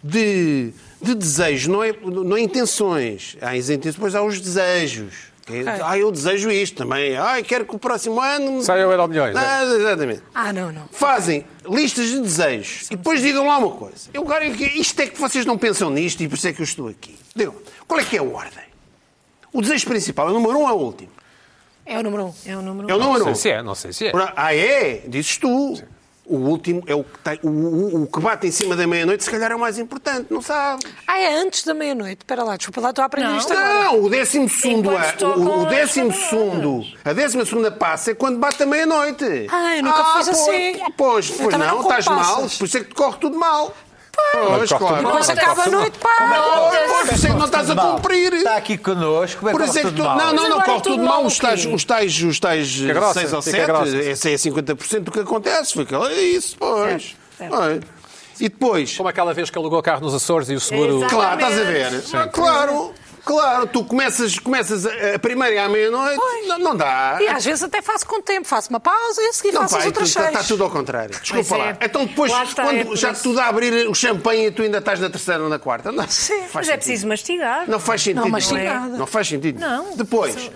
Speaker 2: de, de desejos, não é, não é intenções. Há as intenções, depois há os desejos. Que é, Ah, eu desejo isto também. Ah, eu quero que o próximo ano...
Speaker 1: Saia o Euromilhões, é?
Speaker 2: Ah, exatamente.
Speaker 4: Ah, não, não.
Speaker 2: Fazem listas de desejos e depois digam lá uma coisa. Eu quero que isto é que vocês não pensam nisto e por isso é que eu estou aqui. Digam, qual é que é a ordem? O desejo principal é o número um ou é o último?
Speaker 4: É o número um.
Speaker 3: É o número
Speaker 2: É o
Speaker 3: um.
Speaker 2: número
Speaker 1: Não sei
Speaker 2: um.
Speaker 1: se é, não sei se é.
Speaker 2: Ora, Ah, é? Dizes tu. O último é o que, tem, o, o- o que bate em cima da meia-noite, se calhar é o mais importante, não sabe?
Speaker 4: Ah, é antes da meia-noite. Espera lá, desculpa lá, estou a aprender
Speaker 3: Não.
Speaker 4: isto agora.
Speaker 2: Não, o décimo segundo,
Speaker 3: Enquanto
Speaker 2: é-
Speaker 3: estou
Speaker 2: o- o,
Speaker 3: com as
Speaker 2: décimo
Speaker 3: cabelas.
Speaker 2: segundo, a décima segunda passa é quando bate a meia-noite.
Speaker 4: Ah, eu nunca fiz
Speaker 2: pois,
Speaker 4: assim.
Speaker 2: Pois,
Speaker 4: Eu
Speaker 2: pois
Speaker 4: também
Speaker 2: não,
Speaker 4: não como
Speaker 2: estás mal,
Speaker 4: passas.
Speaker 2: por isso é que te corre tudo mal. Pois,
Speaker 1: Mas corre tudo
Speaker 2: claro.
Speaker 1: mal.
Speaker 4: Depois
Speaker 3: Não, não,
Speaker 4: acaba a
Speaker 3: não.
Speaker 4: noite, pá.
Speaker 2: Pois, pois, por isso é que não estás a cumprir.
Speaker 5: Está aqui connosco. Como é que
Speaker 2: Por isso é que
Speaker 5: corre
Speaker 2: tu,
Speaker 5: tudo mal?
Speaker 2: não, não, não,
Speaker 4: agora
Speaker 2: corre
Speaker 4: tudo
Speaker 2: tudo
Speaker 4: mal
Speaker 2: mal.
Speaker 4: o
Speaker 2: Os tais,
Speaker 4: quê?
Speaker 2: os tais, os tais
Speaker 1: Fica grossa,
Speaker 2: 6 ou
Speaker 1: fica
Speaker 2: 7,
Speaker 1: grossa.
Speaker 2: esse é 50% do que acontece. Foi aquela- é isso, pois.
Speaker 3: Certo,
Speaker 2: Olha. E depois,
Speaker 1: Como aquela vez que alugou o carro nos Açores e o seguro...
Speaker 3: Exato.
Speaker 2: claro, estás a ver? Ah, Claro, claro, tu começas, começas a, a primeira e à meia-noite, não, não dá.
Speaker 4: E às vezes até faço com tempo, faço uma pausa e a seguir
Speaker 2: Não,
Speaker 4: faço as
Speaker 2: pai,
Speaker 4: outras
Speaker 2: está,
Speaker 4: seis.
Speaker 2: está tá, tudo ao contrário. Desculpa
Speaker 3: Pois é.
Speaker 2: lá. Então depois,
Speaker 3: Lá está, é
Speaker 2: quando,
Speaker 3: por
Speaker 2: já
Speaker 3: isso.
Speaker 2: tudo a abrir o champanhe e tu ainda estás na terceira ou na quarta. Não, faz
Speaker 3: Mas
Speaker 4: Sim,
Speaker 3: é
Speaker 2: sentido.
Speaker 3: preciso mastigar.
Speaker 2: Não faz sentido.
Speaker 4: Não, mas
Speaker 2: nenhum.
Speaker 4: sim nada.
Speaker 2: Não faz sentido. nenhum.
Speaker 3: Não.
Speaker 2: Depois,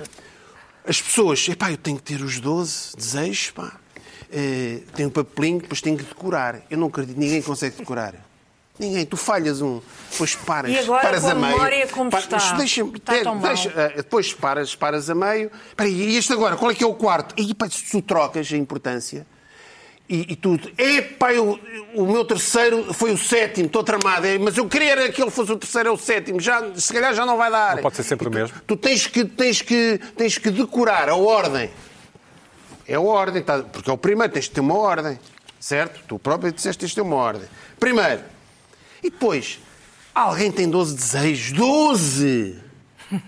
Speaker 2: as pessoas, epá, eu tenho que ter os 12 desejos, pá. Eh, tenho um papelinho, depois tenho que decorar. Eu não acredito, ninguém consegue decorar. Ninguém, tu falhas um, depois paras,
Speaker 3: E agora,
Speaker 2: paras
Speaker 3: com a
Speaker 2: a meio.
Speaker 3: memória como está?
Speaker 2: mas Deixa,
Speaker 3: Está
Speaker 2: te-
Speaker 3: tão mal.
Speaker 2: deixa, eh, depois paras, paras a meio. Espera aí, e este agora, qual é que é o quarto? E pá, se tu trocas a importância, e, e tudo. Epá, eu, o meu terceiro foi o sétimo, estou tramado. É, Mas eu queria era que ele fosse o terceiro, é o sétimo. Já, se calhar já não vai dar.
Speaker 1: Não pode ser sempre o mesmo.
Speaker 2: Tu tens que, tens, que, tens que decorar a ordem. É a ordem, tá? porque é o primeiro, tens de ter uma ordem. Certo? Tu próprio disseste que tens de ter uma ordem. Primeiro. E depois, alguém tem 12 desejos. 12!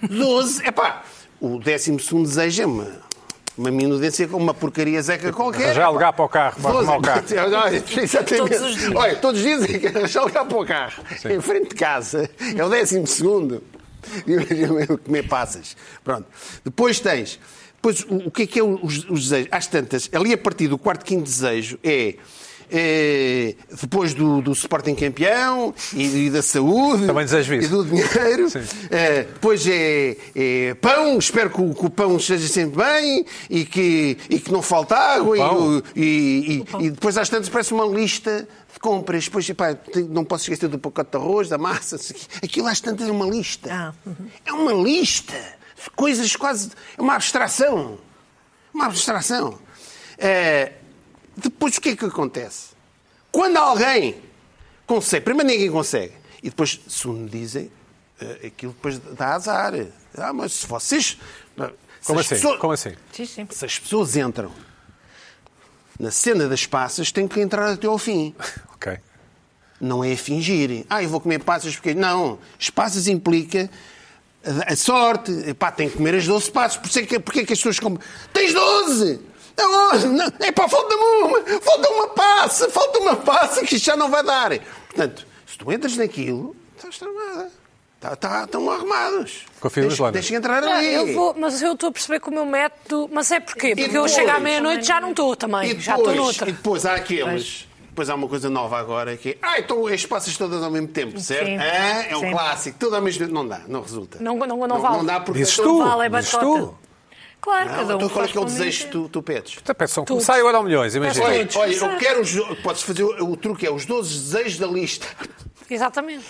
Speaker 2: 12! *laughs* Epá, o 12 desejo é uma, uma minudência, uma porcaria zeca qualquer.
Speaker 1: Já alugar É, para o carro, para
Speaker 2: Doze.
Speaker 1: arrumar o carro.
Speaker 2: *laughs* Olha, Exatamente.
Speaker 3: Todos os dias.
Speaker 2: Olha, todos os dias é que *laughs* arranjar o carro para o carro. Em frente de casa. É o décimo segundo. *laughs* E eu comer passas. Pronto. Depois tens. Depois, o o que é que é os, os desejos? Às tantas, ali a partir do quarto, quinto desejo é. é, depois do, do Sporting campeão e, e da saúde
Speaker 1: Também desejo isso.
Speaker 2: e do dinheiro, é, depois é, é pão. Espero que o, que o pão esteja sempre bem e que, e que não falte água. E,
Speaker 1: pão.
Speaker 2: o- e, e- e depois às tantas parece uma lista de compras. Depois, epá, te- não posso esquecer do pacote de arroz, da massa. não sei o quê. Aquilo às tantas é uma lista.
Speaker 3: Ah,
Speaker 2: É uma lista de coisas quase. É uma abstração. Uma abstração. É, depois o que é que acontece? Quando alguém consegue, primeiro ninguém consegue, e depois, se me dizem, eh, aquilo depois dá azar. Ah, mas se vocês. se
Speaker 1: Como
Speaker 2: as
Speaker 1: assim?
Speaker 2: pessoas-
Speaker 1: Como assim?
Speaker 3: Sim, sim.
Speaker 2: se as pessoas entram na cena das passas, têm que entrar até ao fim.
Speaker 1: Ok.
Speaker 2: Não é fingir. Ah, eu vou comer passas porque. Não. As passas implica eh, a a sorte. Pá, tem que comer as 12 passas. Por isso é que, porque é que as pessoas comem. Tens 12! Não, não, é pá, falta-me uma! Falta uma passa! Falta uma passa que isto já não vai dar. Portanto, se tu entras naquilo, estás tramada. Tá, tá, estão arrumados.
Speaker 1: Confirmas,
Speaker 2: Tens-
Speaker 1: Lana?
Speaker 2: Tens que entrar
Speaker 4: Ah,
Speaker 2: ali.
Speaker 4: eu vou, mas eu estou a perceber que o meu método. Mas é porquê? Porque eu
Speaker 2: depois?
Speaker 4: chego à meia-noite já não estou também.
Speaker 2: E
Speaker 4: já estou
Speaker 2: depois, e
Speaker 4: noutra.
Speaker 2: depois há aqueles. Depois há uma coisa nova agora que é. Ah, então as passas todas ao mesmo tempo, certo?
Speaker 3: Sim.
Speaker 2: Ah, é um
Speaker 3: Sim.
Speaker 2: clássico, tudo ao mesmo tempo. Não dá, não resulta.
Speaker 4: Não- não- não vale.
Speaker 2: dá porque.
Speaker 1: Dizes
Speaker 2: então-
Speaker 1: tu,
Speaker 3: vale, é
Speaker 1: dizes
Speaker 3: batota.
Speaker 1: tu.
Speaker 3: Claro,
Speaker 2: Não,
Speaker 3: cada um
Speaker 2: então qual é
Speaker 3: faz
Speaker 2: que é o
Speaker 3: como
Speaker 2: desejo que
Speaker 3: entende.
Speaker 2: tu, tu pedes?
Speaker 1: Então, peço só começar agora ao milhões, imagina.
Speaker 3: um.
Speaker 2: Olha,
Speaker 4: todos.
Speaker 2: olha, eu quero os. Podes fazer o o truque, é os 12 desejos da lista.
Speaker 4: Exatamente.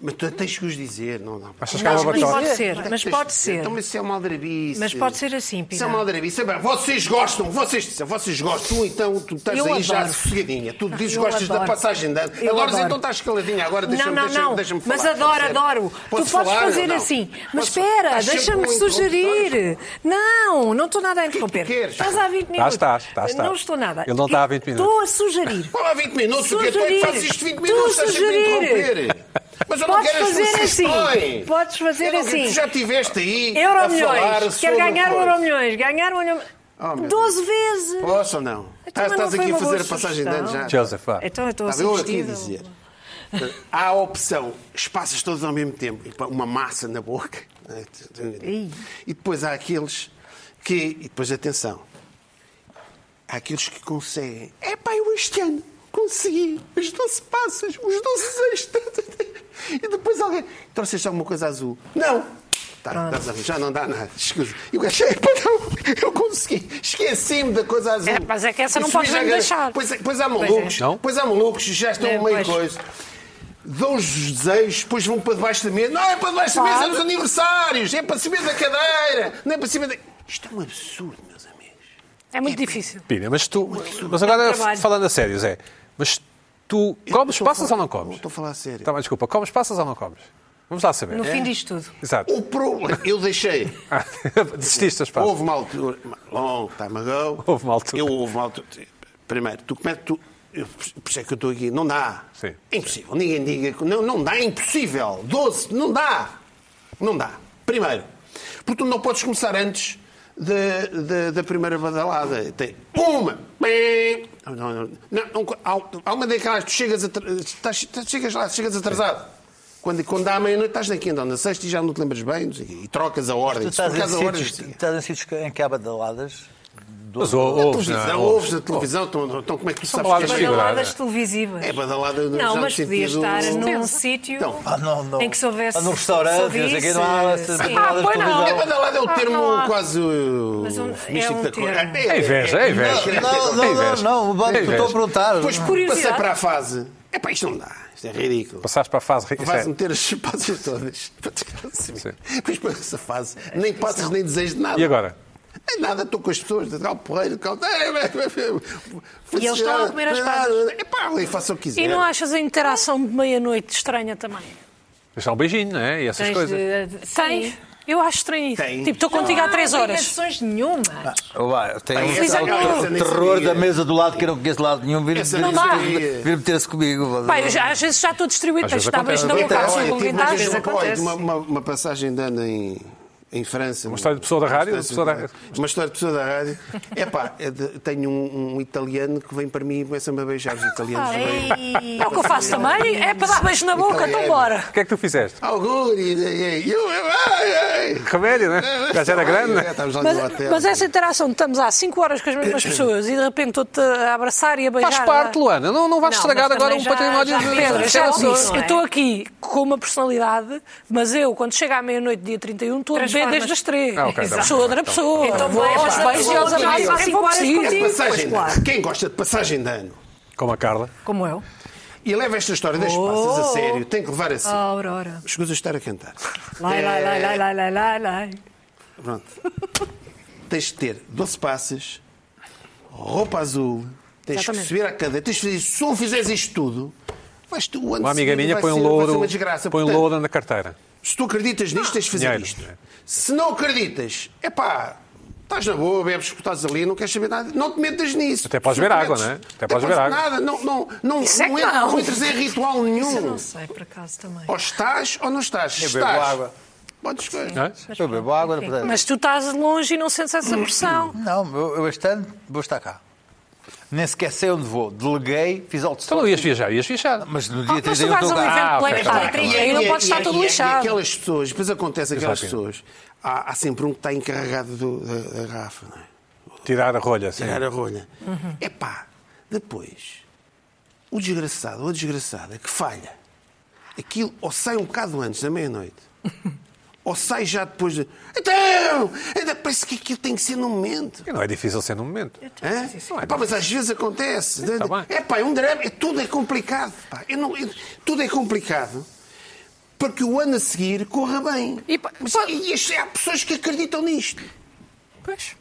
Speaker 2: Mas tu tens que os dizer, não dá.
Speaker 1: Achas que é
Speaker 3: Mas,
Speaker 1: uma
Speaker 3: mas
Speaker 1: batota?
Speaker 3: pode ser, mas pode ser.
Speaker 2: Então, mas isso é uma aldrabice.
Speaker 3: Mas pode ser assim,
Speaker 2: Isso é
Speaker 3: Pina.
Speaker 2: uma aldrabice. Bem, Vocês gostam, vocês, se vocês gostam, então tu estás
Speaker 3: Eu
Speaker 2: aí já
Speaker 3: adoro.
Speaker 2: sossegadinha. Tu dizes
Speaker 3: eu
Speaker 2: gostas da
Speaker 3: adoro.
Speaker 2: passagem de ano.
Speaker 3: Eu
Speaker 2: Agora
Speaker 3: adoro.
Speaker 2: então estás caladinha. Agora
Speaker 3: Não,
Speaker 2: deixa-me
Speaker 3: não,
Speaker 2: deixa
Speaker 3: não.
Speaker 2: deixa falar.
Speaker 3: Mas adoro,
Speaker 2: Percebe?
Speaker 3: adoro.
Speaker 2: Posso
Speaker 3: tu podes
Speaker 2: falar ou
Speaker 3: fazer
Speaker 2: não?
Speaker 3: assim. Mas
Speaker 2: Posso-
Speaker 3: espera,
Speaker 2: Estás sempre
Speaker 3: deixa-me
Speaker 2: com um
Speaker 3: sugerir. Não, não estou nada a interromper.
Speaker 2: queres?
Speaker 3: Estás há 20 minutos.
Speaker 1: Estás, estás, estás, estás.
Speaker 3: Não estou nada.
Speaker 1: Ele não está há 20 minutos.
Speaker 3: Estou a sugerir.
Speaker 2: Fala há 20 minutos, o que é que
Speaker 3: Sugerir.
Speaker 2: tu fazes isto 20
Speaker 3: Tu
Speaker 2: minutos? Estás sempre a
Speaker 3: sugerir.
Speaker 2: interromper. Mas eu não
Speaker 3: Podes
Speaker 2: quero as
Speaker 3: fazer
Speaker 2: suas
Speaker 3: assim.
Speaker 2: sugestões.
Speaker 3: Podes fazer
Speaker 2: Eu não quero-
Speaker 3: assim.
Speaker 2: Tu já estiveste aí a
Speaker 3: Euro
Speaker 2: falar
Speaker 3: milhões. Quer
Speaker 2: sobre
Speaker 3: ganhar um
Speaker 2: coisas.
Speaker 3: euro milhões. Ganhar um euro
Speaker 2: Oh, meu
Speaker 3: 12 vezes.
Speaker 2: Posso ou não?
Speaker 3: Então,
Speaker 2: Estás
Speaker 3: mas não
Speaker 2: estás
Speaker 3: foi
Speaker 2: aqui a
Speaker 3: uma boa
Speaker 2: fazer a passagem de
Speaker 3: sugestão.
Speaker 2: ano já.
Speaker 1: Joseph, vá.
Speaker 3: Então eu estou a
Speaker 2: Estava
Speaker 3: ser
Speaker 2: eu aqui a
Speaker 3: vestida.
Speaker 2: dizer. Há a opção, espaças todos ao mesmo tempo, e pá, uma massa na boca. né?
Speaker 3: Ei.
Speaker 2: E depois há aqueles que. E depois, atenção, há aqueles que conseguem. É pá, eu este ano consegui os 12 passas, os 12 desejos. E depois alguém. Trouxeste alguma coisa azul? Não! Tá, estás a ver, já não dá nada, escusa. E o gajo, "Epá, não, eu consegui, esqueci-me da coisa azul.
Speaker 4: É, mas é que essa não
Speaker 2: Isso
Speaker 4: podes
Speaker 2: já
Speaker 4: mesmo
Speaker 2: era-
Speaker 4: deixar.
Speaker 2: Pois, é, pois há malucos,
Speaker 1: Não?
Speaker 2: pois há malucos, já estão
Speaker 3: É,
Speaker 2: meio
Speaker 3: pois.
Speaker 2: coisa. dão os desejos, depois vão para debaixo da mesa. Não é para debaixo da mesa, é nos aniversários, é para cima da cadeira, não é para cima da. Isto é um absurdo, meus amigos.
Speaker 4: É muito difícil.
Speaker 1: Pina, mas tu. Mas agora,
Speaker 3: É um trabalho.
Speaker 1: falando a sério, Zé, mas tu comes
Speaker 2: Estou a
Speaker 1: passas ou
Speaker 2: falar-
Speaker 1: não comes?
Speaker 2: Estou a falar a sério.
Speaker 1: Tá, mas desculpa, comes passas ou não comes? Vamos lá saber. É?
Speaker 3: No fim disto tudo.
Speaker 1: Exato.
Speaker 2: O problema, eu deixei.
Speaker 1: Ah, *laughs* Desististe das passas.
Speaker 2: Houve uma altura. Long time ago.
Speaker 1: Houve uma altura.
Speaker 2: Eu houve uma altura. Primeiro, tu como é que tu. eu- Por isso é que eu estou aqui. Não dá.
Speaker 1: Sim.
Speaker 2: É impossível. Ninguém diga. que- Não, não dá, é impossível. 12, não dá. Não dá. Primeiro, porque tu não podes começar antes da, da, da primeira badalada. Tem uma. Bem. Não, não, não, não, não, há, há uma daquelas, tu chegas, atra- estás- estás- chegas lá, chegas atrasado. Quando, quando dá à meia-noite, estás na quinta ou na sexta e já não te lembras bem, não sei o quê, e trocas a ordem.
Speaker 5: Tu
Speaker 2: Se
Speaker 5: estás em,
Speaker 2: trocas a ordem,
Speaker 5: sítios,
Speaker 2: não sei o quê.
Speaker 5: estás em sítios em que há badaladas. Do-
Speaker 1: Mas ou- ouves,
Speaker 2: televisão,
Speaker 1: não é?
Speaker 2: ouves na televisão, então, então como é que tu sabes
Speaker 1: baladas
Speaker 2: que é badalada?
Speaker 1: figurada.
Speaker 3: Badaladas televisivas.
Speaker 2: É badalada no
Speaker 3: Não,
Speaker 2: no
Speaker 3: mas podia
Speaker 2: sentido-
Speaker 3: estar num
Speaker 4: Não.
Speaker 3: sítio
Speaker 2: Não.
Speaker 5: Ah, não, não.
Speaker 3: em que soubesse.
Speaker 5: Ah, num restaurante, não sei o quê, não há
Speaker 3: soubisse-
Speaker 5: essas
Speaker 3: Sim.
Speaker 5: badaladas
Speaker 4: pois
Speaker 5: de
Speaker 4: não.
Speaker 2: É
Speaker 5: televisão.
Speaker 2: badalada é o
Speaker 4: Ah,
Speaker 2: termo
Speaker 4: não há.
Speaker 2: quase uh,
Speaker 3: Mas um- é
Speaker 2: místico
Speaker 3: um
Speaker 2: da coisa.
Speaker 3: termo.
Speaker 1: É inveja, é inveja.
Speaker 5: Não, não, não, não, não,
Speaker 1: É
Speaker 5: estou a
Speaker 1: inveja.
Speaker 5: perguntar.
Speaker 2: Depois
Speaker 3: Curiosidade.
Speaker 2: passei para a fase. É pá, isto não dá, isto é ridículo.
Speaker 1: Passaste para a fase rica.
Speaker 2: Vais meter as passas todas. *laughs* Para descanso.
Speaker 1: Sim.
Speaker 2: Depois para essa fase. Nem passas, nem desejas de nada.
Speaker 1: E agora?
Speaker 2: É nada, estou com as pessoas, de cal porreiro, *laughs* de cal. E
Speaker 3: eles estão a comer as passas.
Speaker 2: É pá, ali façam o que quiser.
Speaker 4: E não achas a interação de meia-noite estranha também?
Speaker 1: Deixar um beijinho, não é? E essas
Speaker 3: Tens
Speaker 1: coisas.
Speaker 3: de- de-
Speaker 4: Tens?
Speaker 3: Sim.
Speaker 4: Eu acho estranho isso.
Speaker 2: Tem.
Speaker 4: Tipo, estou contigo há três
Speaker 3: Não há
Speaker 4: horas.
Speaker 3: obrigações nenhuma.
Speaker 5: Vai, tem
Speaker 2: Ai,
Speaker 5: um
Speaker 2: essa-
Speaker 5: tal-
Speaker 2: essa
Speaker 5: o
Speaker 2: é nem
Speaker 5: terror
Speaker 2: sabia.
Speaker 5: da mesa do lado que eu não conheço de lado nenhum vir, vir,
Speaker 2: Essa
Speaker 4: nem
Speaker 5: vir-
Speaker 2: sabia.
Speaker 5: vir meter-se comigo.
Speaker 4: Pai, eu já- às vezes já estou distribuído,
Speaker 1: Às
Speaker 4: tens de
Speaker 1: vezes
Speaker 4: estar
Speaker 1: acontece.
Speaker 4: beijo na boca,
Speaker 2: Então, Olha, tipo,
Speaker 4: às
Speaker 2: tive
Speaker 4: vezes
Speaker 2: uma
Speaker 3: às
Speaker 2: vez
Speaker 3: vezes
Speaker 2: uma- olha,
Speaker 3: acontece.
Speaker 2: uma, uma- uma passagem de ano em, em França. Uma
Speaker 1: história de pessoa da rádio,
Speaker 2: Uma
Speaker 1: de pessoa da
Speaker 2: história, uma história de pessoa da rádio. Epá, é de- tenho um, um italiano que vem para mim e começa-me a beijar. Os italianos vêm.
Speaker 3: Ah, Ei,
Speaker 4: É o que eu faço também, é para dar beijo na boca, então bora.
Speaker 1: O que é que tu fizeste?
Speaker 2: Auguri, e- e- eu- eu- ai, ai.
Speaker 1: Remédio, não é? Já era grande.
Speaker 2: É, Estávamos lá
Speaker 4: Mas,
Speaker 2: no hotel.
Speaker 4: mas essa interação de estamos há cinco horas com as mesmas pessoas e de repente estou-te a abraçar e a beijar.
Speaker 1: Faz parte, Luana. Não, não vais
Speaker 3: Não,
Speaker 1: estragar
Speaker 3: mas
Speaker 1: agora
Speaker 3: também
Speaker 1: um
Speaker 3: já-
Speaker 1: património
Speaker 3: Tá já
Speaker 1: de
Speaker 3: Pedro,
Speaker 1: de
Speaker 4: Eu já
Speaker 3: Sim,
Speaker 1: pessoas.
Speaker 4: disse,
Speaker 3: não é?
Speaker 4: eu estou aqui com uma personalidade, mas eu, quando chega à meia-noite, dia 31, estou a beber
Speaker 3: Transformas-
Speaker 4: desde as três.
Speaker 1: Ah, ok, tá bem,
Speaker 4: Sou outra
Speaker 1: tá bem.
Speaker 4: pessoa.
Speaker 3: Então
Speaker 4: vou
Speaker 3: vai,
Speaker 4: aos
Speaker 3: vai,
Speaker 4: beijos e
Speaker 3: vai,
Speaker 4: aos
Speaker 3: vai,
Speaker 4: abraços,
Speaker 3: vai,
Speaker 4: assim
Speaker 3: vai,
Speaker 4: que
Speaker 3: vai,
Speaker 4: possível.
Speaker 3: vai,
Speaker 2: É
Speaker 3: vai,
Speaker 2: passagem de
Speaker 3: claro.
Speaker 2: ano. Quem gosta de passagem de ano
Speaker 1: Como a Carla.
Speaker 3: Como eu.
Speaker 2: e leva esta história das passas a sério, tem que levar a sério.
Speaker 3: Ah, Aurora.
Speaker 2: Escusa estar a cantar. É,
Speaker 3: Lai, lai, lai, lai, lai, lai, lai, lai.
Speaker 2: Pronto. tens de ter 12 passes, roupa azul, tens
Speaker 4: Exatamente.
Speaker 2: que subir à cadeira, tens de fazer isso. Se não fizeres isto tudo, vais tu, o ano
Speaker 1: Uma amiga
Speaker 2: seguinte
Speaker 1: minha
Speaker 2: vai
Speaker 1: põe um
Speaker 2: ser- vai ser
Speaker 1: louro,
Speaker 2: uma desgraça.
Speaker 1: põe um
Speaker 2: Portanto,
Speaker 1: louro na carteira.
Speaker 2: Se tu acreditas nisto, tens de fazer
Speaker 1: Dinheiro. é?
Speaker 2: isto. Se não acreditas, é pá. Estás na boa, bebes o que estás ali, não queres saber nada. Não te metas nisso.
Speaker 1: Até podes
Speaker 2: Se não
Speaker 1: beber
Speaker 2: te
Speaker 1: água,
Speaker 2: metes-
Speaker 1: não é? Até podes beber água.
Speaker 2: Nada, não, não, não,
Speaker 4: Isso é
Speaker 2: não,
Speaker 4: que
Speaker 2: entra-
Speaker 4: não. é
Speaker 2: não entras em ritual nenhum.
Speaker 3: Isso eu não sei, por acaso, também.
Speaker 2: Ou estás ou não estás.
Speaker 5: Eu bebo
Speaker 2: estás.
Speaker 5: água.
Speaker 2: Podes escolher.
Speaker 1: Não é?
Speaker 5: Eu bebo água, portanto.
Speaker 4: Mas tu estás longe e não sentes essa pressão.
Speaker 5: Não, eu, eu este ano vou estar cá. Nem sequer sei onde vou. Deleguei, fiz
Speaker 1: Então
Speaker 5: audição.
Speaker 1: não ias viajar, ias viajar.
Speaker 5: Mas no
Speaker 4: Ah,
Speaker 5: dia
Speaker 4: mas tu
Speaker 5: 31
Speaker 4: vais a
Speaker 5: estou
Speaker 4: um
Speaker 5: cá.
Speaker 1: Ah,
Speaker 4: evento
Speaker 1: ok,
Speaker 4: Black
Speaker 1: tá bem, tá
Speaker 4: Tie e aí não podes estar todo
Speaker 2: e- e- E
Speaker 4: lixado.
Speaker 2: aquelas pessoas, depois acontece aquelas
Speaker 1: Exato.
Speaker 2: pessoas, há, há sempre um que está encarregado do- da, da garrafa, não é?
Speaker 1: Tirar a rolha, assim. sim.
Speaker 2: Tirar a rolha.
Speaker 4: Uhum.
Speaker 2: É pá, depois, o desgraçado ou a desgraçada que falha, aquilo ou sai um bocado antes da
Speaker 4: *laughs*
Speaker 2: meia-noite, ou sai já depois de. Então! Ainda parece que aquilo tem que ser no momento.
Speaker 1: E não é difícil ser no momento.
Speaker 2: Hã?
Speaker 1: não é
Speaker 2: Epá, mas às vezes acontece.
Speaker 1: Tá bem.
Speaker 2: É pá, é um drama. É, tudo é complicado. pá. Eu não- eu- tudo é complicado para que o ano a seguir corra bem.
Speaker 4: E pa-
Speaker 2: mas,
Speaker 4: pode-
Speaker 2: e isto- há pessoas que acreditam nisto.
Speaker 4: Pois.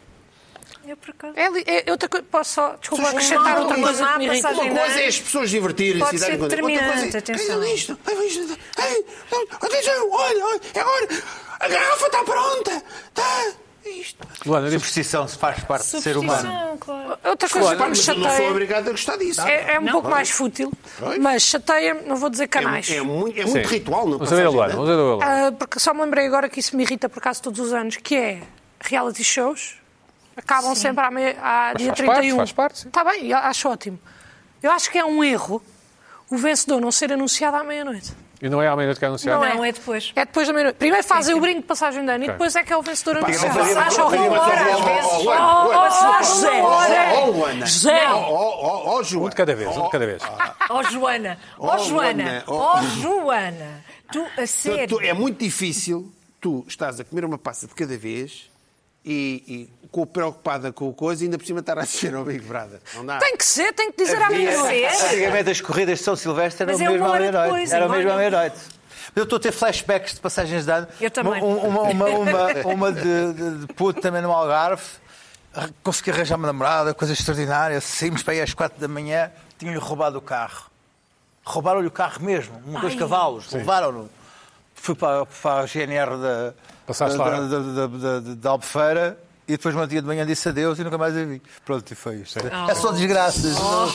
Speaker 3: Eu, por acaso.
Speaker 4: É, li- é outra coisa. Posso só desculpa,
Speaker 2: Pessoas
Speaker 4: acrescentar
Speaker 2: que
Speaker 4: outra
Speaker 2: não
Speaker 4: coisa
Speaker 3: há
Speaker 4: que me irrita.
Speaker 3: passagem
Speaker 2: Uma
Speaker 3: não é?
Speaker 2: coisa é as pessoas divertirem-se
Speaker 3: Pode
Speaker 2: e darem
Speaker 3: ser
Speaker 2: conta. Outra coisa é.
Speaker 3: determinante,
Speaker 2: Acreditam
Speaker 3: atenção.
Speaker 2: nisto. Ai, vamos- ai, ai, Atenção, olha, olha, é agora. A garrafa está pronta. Está. É Isto.
Speaker 1: Luana, diz
Speaker 5: Superstição se faz parte de ser humano.
Speaker 3: Superstição, claro.
Speaker 4: Outra coisa que me
Speaker 2: Mas eu não sou
Speaker 4: chateia.
Speaker 2: obrigado a gostar disso.
Speaker 4: É, é um pouco mais fútil,
Speaker 2: Pois.
Speaker 4: mas chateia-me, não vou dizer
Speaker 2: É-
Speaker 4: canais.
Speaker 2: é muito, é
Speaker 1: Sim.
Speaker 2: muito ritual, não
Speaker 1: Vamos ver a Luana,
Speaker 2: é?
Speaker 1: vamos ver a Luana.
Speaker 4: Ah, porque só me lembrei agora que isso me irrita por acaso todos os anos, que é reality shows acabam sempre à, meia- à dia
Speaker 1: faz
Speaker 4: 31.
Speaker 1: parte, faz parte, sim.
Speaker 4: Está Tá bem, eu acho ótimo. Eu acho que é um erro o vencedor não ser anunciado à meia-noite.
Speaker 1: E não é à meia-noite que anunciar.
Speaker 3: Não é. depois.
Speaker 4: É depois da meia-noite. Primeiro fazem o brinde de passagem de ano e depois é que é o vencedor anunciado.
Speaker 5: faria-
Speaker 4: Acho horrível.
Speaker 3: faria-
Speaker 4: Ora,
Speaker 3: às vezes.
Speaker 2: Oh,
Speaker 4: Oh, oh,
Speaker 2: oh, oh,
Speaker 4: José,
Speaker 2: oh,
Speaker 4: José,
Speaker 2: Luana.
Speaker 4: José.
Speaker 2: Oh, oh, oh, João.
Speaker 1: Um de cada vez, um de cada vez.
Speaker 3: Ó Joana, ó
Speaker 2: Oh,
Speaker 3: Joana,
Speaker 2: Joana,
Speaker 3: ó
Speaker 2: oh. Então,
Speaker 3: Joana. Tu, a
Speaker 2: Tu- tu-
Speaker 3: sério.
Speaker 2: é muito difícil tu estás a comer uma passa de cada vez e, e com, preocupada com o coisa, ainda por cima estar a assistir ao Big Brother. Não dá.
Speaker 4: Tem que ser, tem que dizer à meia-noite.
Speaker 5: Antigamente as corridas de São Silvestre eram
Speaker 3: Mas é uma
Speaker 5: mesmo à
Speaker 3: hora
Speaker 5: meia-noite.
Speaker 3: depois,
Speaker 5: Era
Speaker 3: agora
Speaker 5: mesmo à
Speaker 3: não.
Speaker 5: meia-noite. Mas Eu estou a ter flashbacks de passagens de ano.
Speaker 3: Eu também.
Speaker 5: Uma, uma, uma, uma, uma de, de, de puto também no Algarve. Ar- Consegui arranjar uma namorada, coisa extraordinária. Saímos para aí às quatro da manhã, tinham-lhe roubado o carro. Roubaram-lhe o carro mesmo, um dos
Speaker 3: Ai.
Speaker 5: cavalos, levaram-no. Fui para, para a GNR da,
Speaker 1: Passaste
Speaker 5: da,
Speaker 1: lá.
Speaker 5: da, da, da- da- da Albufeira e depois no outro dia de manhã disse adeus e nunca mais a vi. Pronto, e foi isto.
Speaker 3: Ah.
Speaker 5: É só desgraças.
Speaker 3: Oh,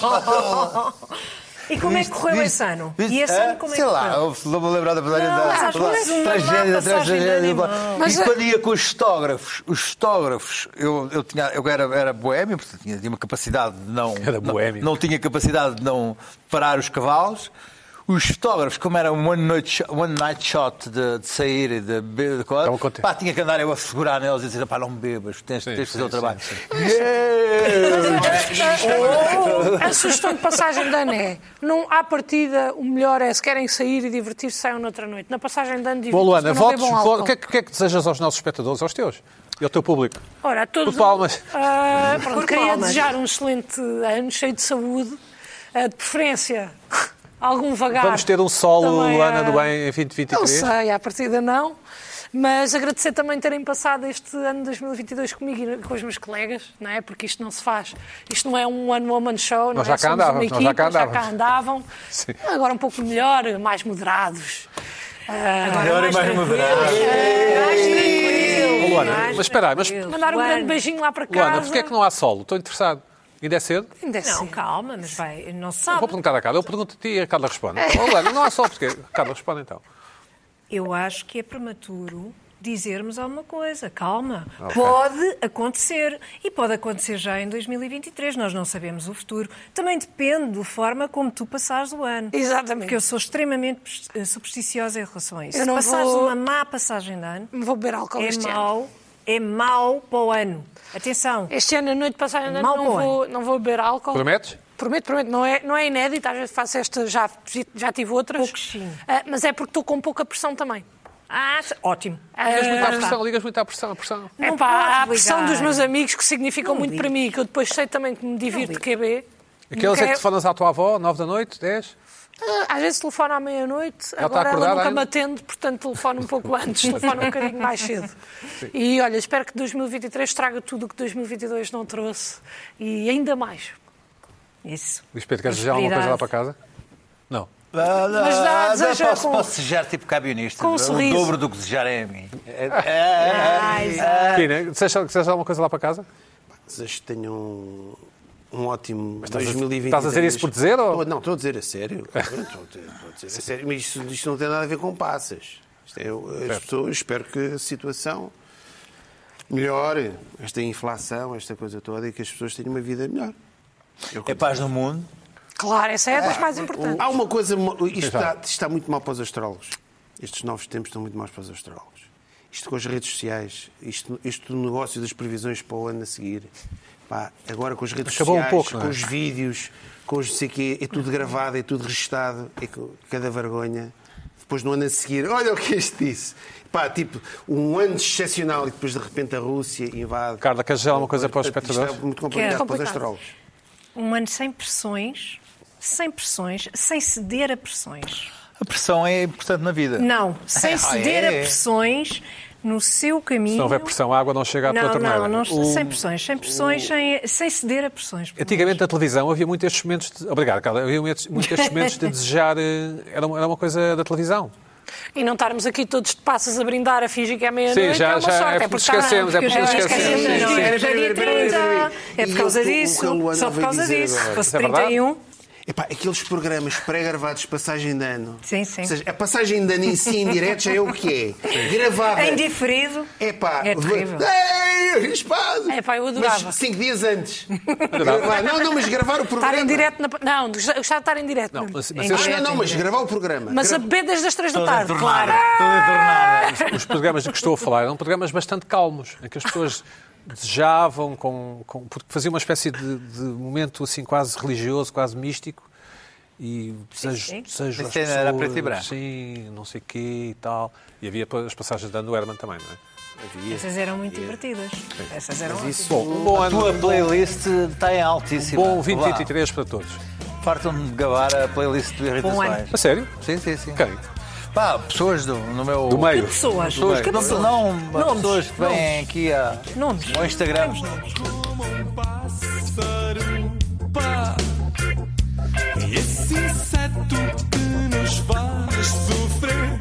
Speaker 3: E como é que correu
Speaker 5: Viste?
Speaker 3: esse ano?
Speaker 5: Viste?
Speaker 3: E esse
Speaker 5: Ah,
Speaker 3: ano como é que
Speaker 5: Sei lá,
Speaker 3: correu?
Speaker 5: eu não me lembro da passagem
Speaker 3: Não, mas
Speaker 5: da
Speaker 3: às vezes uma má
Speaker 5: tragédia, da
Speaker 3: passagem de
Speaker 5: tragédia.
Speaker 3: animal.
Speaker 4: Mas
Speaker 5: e
Speaker 4: é-
Speaker 5: quando ia com os fotógrafos, os fotógrafos, eu, eu, tinha, eu era, era boémio, portanto tinha, tinha uma capacidade de não.
Speaker 1: Era
Speaker 5: não-
Speaker 1: boémio.
Speaker 5: Não, tinha capacidade de não parar os cavalos. Os fotógrafos, como era um one night shot, one night shot de, de sair e de beber de coisa,
Speaker 1: Estavam contentes.
Speaker 5: pá, tinha que andar eu a segurar neles e dizer, pá, não bebas, tens,
Speaker 1: Sim,
Speaker 5: tens de fazer o
Speaker 1: sim,
Speaker 5: trabalho.
Speaker 1: sim,
Speaker 5: Yeah!
Speaker 4: Ou a sugestão de passagem de ano é: não, à partida, o melhor é se querem sair e divertir-se, saiam noutra noite. Na passagem de ano,
Speaker 1: Bom,
Speaker 4: divirtam-se,
Speaker 1: Luana,
Speaker 4: mas não
Speaker 1: votos,
Speaker 4: bebam
Speaker 1: vo-
Speaker 4: álcool.
Speaker 1: o que, é, que- o que é que desejas aos nossos espectadores, aos teus e ao teu público?
Speaker 4: Ora, a todos.
Speaker 1: Por palmas.
Speaker 4: Ah, pronto,
Speaker 3: Por
Speaker 4: queria
Speaker 3: palmas.
Speaker 4: desejar um excelente ano, cheio de saúde, ah, de preferência, *laughs* algum vagar.
Speaker 1: Vamos ter um solo,
Speaker 4: Também,
Speaker 1: Luana do
Speaker 4: ah,
Speaker 1: Bem, em 2023?
Speaker 4: Não sei, à partida não. Mas agradecer também terem passado este ano de 2022 comigo e com os meus colegas, não é? Porque isto não se faz. Isto não é um one-woman show, não
Speaker 1: Nós
Speaker 4: é?
Speaker 1: já cá
Speaker 4: Somos uma
Speaker 1: andávamos, nós já
Speaker 4: equipa,
Speaker 1: cá
Speaker 4: Já
Speaker 1: andávamos.
Speaker 4: cá andavam.
Speaker 1: Sim.
Speaker 4: Agora um pouco melhor, mais moderados. Ah,
Speaker 5: Agora é mais uma verdade.
Speaker 3: Mais tranquilo.
Speaker 1: Ô, Luana,
Speaker 3: mais
Speaker 1: mas espera aí, mas-
Speaker 3: tranquilo.
Speaker 4: mandar um grande
Speaker 3: Luana,
Speaker 4: beijinho lá para casa.
Speaker 1: Luana, porquê é que não há solo? Estou interessado. Ainda é cedo?
Speaker 4: Ainda assim.
Speaker 3: Não, calma, mas vai, não se
Speaker 4: Ah,
Speaker 1: Eu Vou
Speaker 3: sabe.
Speaker 1: perguntar à Carla. Eu pergunto a ti e a Carla responde.
Speaker 4: É.
Speaker 1: Então, Luana, não há solo porquê? Carla, responde então.
Speaker 3: Eu acho que é prematuro dizermos alguma coisa. Calma. Pode acontecer. E pode acontecer já em 2023. Nós não sabemos o futuro. Também depende da forma como tu passares o ano.
Speaker 4: Exatamente.
Speaker 3: Porque eu sou extremamente eh, supersticiosa em relação a isso.
Speaker 4: Eu
Speaker 3: Se
Speaker 4: não
Speaker 3: passares
Speaker 4: vou-
Speaker 3: uma má passagem de ano,
Speaker 4: Vou beber álcool
Speaker 3: é
Speaker 4: este ano.
Speaker 3: mau, é mau para o ano. Atenção.
Speaker 4: Este ano, a noite passada, não,
Speaker 3: Mal bom.
Speaker 4: vou, não vou beber álcool.
Speaker 1: Prometes?
Speaker 4: Prometo, prometo. Não é, não é inédito, às vezes faço esta, já, já tive outras.
Speaker 3: Poucos, sim.
Speaker 4: Ah, mas é porque estou com pouca pressão também.
Speaker 3: Ah, ótimo.
Speaker 1: Ligas muito à
Speaker 4: Eh,
Speaker 1: pressão, ligas muito à pressão, à pressão.
Speaker 4: É
Speaker 3: Não
Speaker 4: pá,
Speaker 3: podes
Speaker 4: a pressão
Speaker 3: ligar.
Speaker 4: dos meus amigos que significam
Speaker 3: Não
Speaker 4: muito
Speaker 3: ligas.
Speaker 4: para mim, que eu depois sei também que me divirto QB.
Speaker 1: Aqueles é
Speaker 4: Nunca
Speaker 1: que te falas à tua avó, 9 da noite, 10?
Speaker 4: Ah, Às vezes telefono à meia-noite,
Speaker 1: está
Speaker 4: agora ela
Speaker 1: acordada
Speaker 4: nunca
Speaker 1: ainda?
Speaker 4: me atende, portanto telefono um pouco antes, telefono um bocadinho mais cedo. E olha, espero que 2023 traga tudo o que 2022 não trouxe e ainda mais.
Speaker 3: É, Isso.
Speaker 1: Luís Pedro, queres desejar alguma coisa lá para casa? Não.
Speaker 4: Mas dá,
Speaker 5: Mas
Speaker 4: deseja
Speaker 5: posso,
Speaker 4: com-
Speaker 5: posso desejar tipo camionista.
Speaker 4: com um
Speaker 5: o
Speaker 4: sorriso.
Speaker 5: dobro do que desejarem a mim. É, é,
Speaker 3: Ah, exato.
Speaker 1: Pina, desejas desejas alguma coisa lá para casa?
Speaker 2: Desejo que tenham um, um ótimo
Speaker 1: estás a-
Speaker 2: 2023.
Speaker 1: estás a dizer isso por dizer, ou-
Speaker 2: Estou- Não, estou a dizer
Speaker 1: *laughs*
Speaker 2: a sério. Estou a dizer- estou a dizer a sério. Mas isto, isto não tem nada a ver com passas. Isto é, eu- as pessoas, espero que a situação melhore. Esta inflação, esta coisa toda, e que as pessoas tenham uma vida melhor. Eu-
Speaker 5: é. É paz no mundo.
Speaker 4: Claro, essa é a das mais importantes.
Speaker 2: Há uma coisa. mo- Isto está, isto está muito mal para os astrólogos. Estes novos tempos estão muito maus para os astrólogos. Isto com as redes sociais, isto, isto do negócio das previsões para o ano a seguir. Pá, agora com as redes
Speaker 1: Acabou um
Speaker 2: sociais,
Speaker 1: pouco, não
Speaker 2: com
Speaker 1: é?
Speaker 2: os vídeos, com os não sei quê, é tudo gravado, é tudo registado, é co- cada vergonha. Depois no ano a seguir, olha o que este disse. Pá, tipo, um ano excepcional e depois de repente a Rússia invade.
Speaker 1: Carla, queres dizer alguma coisa para os
Speaker 2: Isto
Speaker 1: espectadores?
Speaker 2: Está muito complicado, para os
Speaker 4: Complicado.
Speaker 2: astrólogos.
Speaker 3: Um ano sem pressões, sem pressões, sem ceder a pressões.
Speaker 5: A pressão é importante na vida.
Speaker 3: Não,
Speaker 1: *laughs*
Speaker 3: sem
Speaker 5: Ah,
Speaker 3: ceder
Speaker 5: é?
Speaker 3: a pressões no seu caminho.
Speaker 1: Se não houver pressão, a água não chega à tua
Speaker 3: Não,
Speaker 1: torneira.
Speaker 3: não, não,
Speaker 1: O-
Speaker 3: sem pressões, sem pressões, sem, sem ceder a pressões.
Speaker 2: é
Speaker 1: Antigamente na televisão havia muitos estes momentos. De... Obrigado, Carla. Havia muitos muitos estes momentos
Speaker 4: *laughs*
Speaker 1: de desejar. eh, Era uma, era uma coisa da televisão.
Speaker 4: E não estarmos aqui todos de passas a brindar, a fingir que é
Speaker 1: Sim,
Speaker 4: meia-noite,
Speaker 1: já-
Speaker 4: é uma
Speaker 1: já, é
Speaker 4: sorte.
Speaker 1: porque
Speaker 4: porque está-
Speaker 1: esquecemos, é porque
Speaker 4: porque
Speaker 1: esquecemos.
Speaker 4: esquecemos,
Speaker 3: Não,
Speaker 4: não é?
Speaker 3: é já dia 30, é
Speaker 2: E
Speaker 3: por causa
Speaker 2: eu tô- o que a
Speaker 3: disso,
Speaker 2: Luana
Speaker 3: só por
Speaker 2: veio
Speaker 3: causa
Speaker 2: dizer
Speaker 3: disso.
Speaker 2: agora.
Speaker 3: Se fosse
Speaker 1: Isso é verdade?
Speaker 3: 31,
Speaker 2: Epá, aqueles programas pré-gravados de passagem de ano.
Speaker 3: Sim, sim.
Speaker 2: Ou seja, a passagem de ano em si, em direto, já é o que é.
Speaker 1: Ah,
Speaker 2: Gravada.
Speaker 3: em diferido,
Speaker 2: Epá,
Speaker 3: é terrível.
Speaker 2: Ei, espaço!
Speaker 4: Epá, eu adorava.
Speaker 2: Mas cinco dias antes. Gravar- Não, não, mas gravar o programa.
Speaker 4: Estar em direto na... Não, gostava de estar em direto.
Speaker 1: Não,
Speaker 4: mesmo.
Speaker 1: mas,
Speaker 3: Em
Speaker 1: mas estes-
Speaker 2: Ah, não, não, mas gravar o programa.
Speaker 4: Mas a
Speaker 2: Gra-
Speaker 4: beber desde as três da
Speaker 5: Toda
Speaker 4: tarde,
Speaker 5: entornada.
Speaker 4: claro.
Speaker 5: Toda entornada.
Speaker 1: os programas de que estou a falar eram programas bastante calmos, em que as pessoas desejavam, com, com- porque fazia uma espécie de, de momento assim quase religioso, quase místico, e desejo,
Speaker 3: sim.
Speaker 1: desejo
Speaker 5: Mas
Speaker 1: às
Speaker 5: era
Speaker 1: pessoas,
Speaker 5: preto e branco.
Speaker 1: sim, não sei quê e tal. E havia pa- as passagens de Ano Herman também, não é?
Speaker 2: Havia.
Speaker 3: Essas eram muito divertidas. Essas eram
Speaker 1: Mas isso,
Speaker 3: ótimas.
Speaker 1: bom, um bom
Speaker 5: A
Speaker 1: ano.
Speaker 5: tua
Speaker 1: um
Speaker 5: playlist está em altíssima.
Speaker 1: Bom
Speaker 5: Vá.
Speaker 1: 2023 para todos.
Speaker 5: Fartam-me de gabar a playlist do
Speaker 4: Um
Speaker 5: Irritações.
Speaker 1: A sério?
Speaker 5: Sim, sim, sim.
Speaker 1: Quem?
Speaker 5: Pá, pessoas do, no meu...
Speaker 1: Do meio.
Speaker 3: Que pessoas?
Speaker 5: Pessoas
Speaker 3: Que
Speaker 5: que não,
Speaker 3: pessoas?
Speaker 5: não,
Speaker 3: Nomes.
Speaker 5: pessoas que vêm aqui a,
Speaker 3: Nomes.
Speaker 5: ao Instagram.
Speaker 6: como um pássaro pá. E esse inseto que nos faz sofrer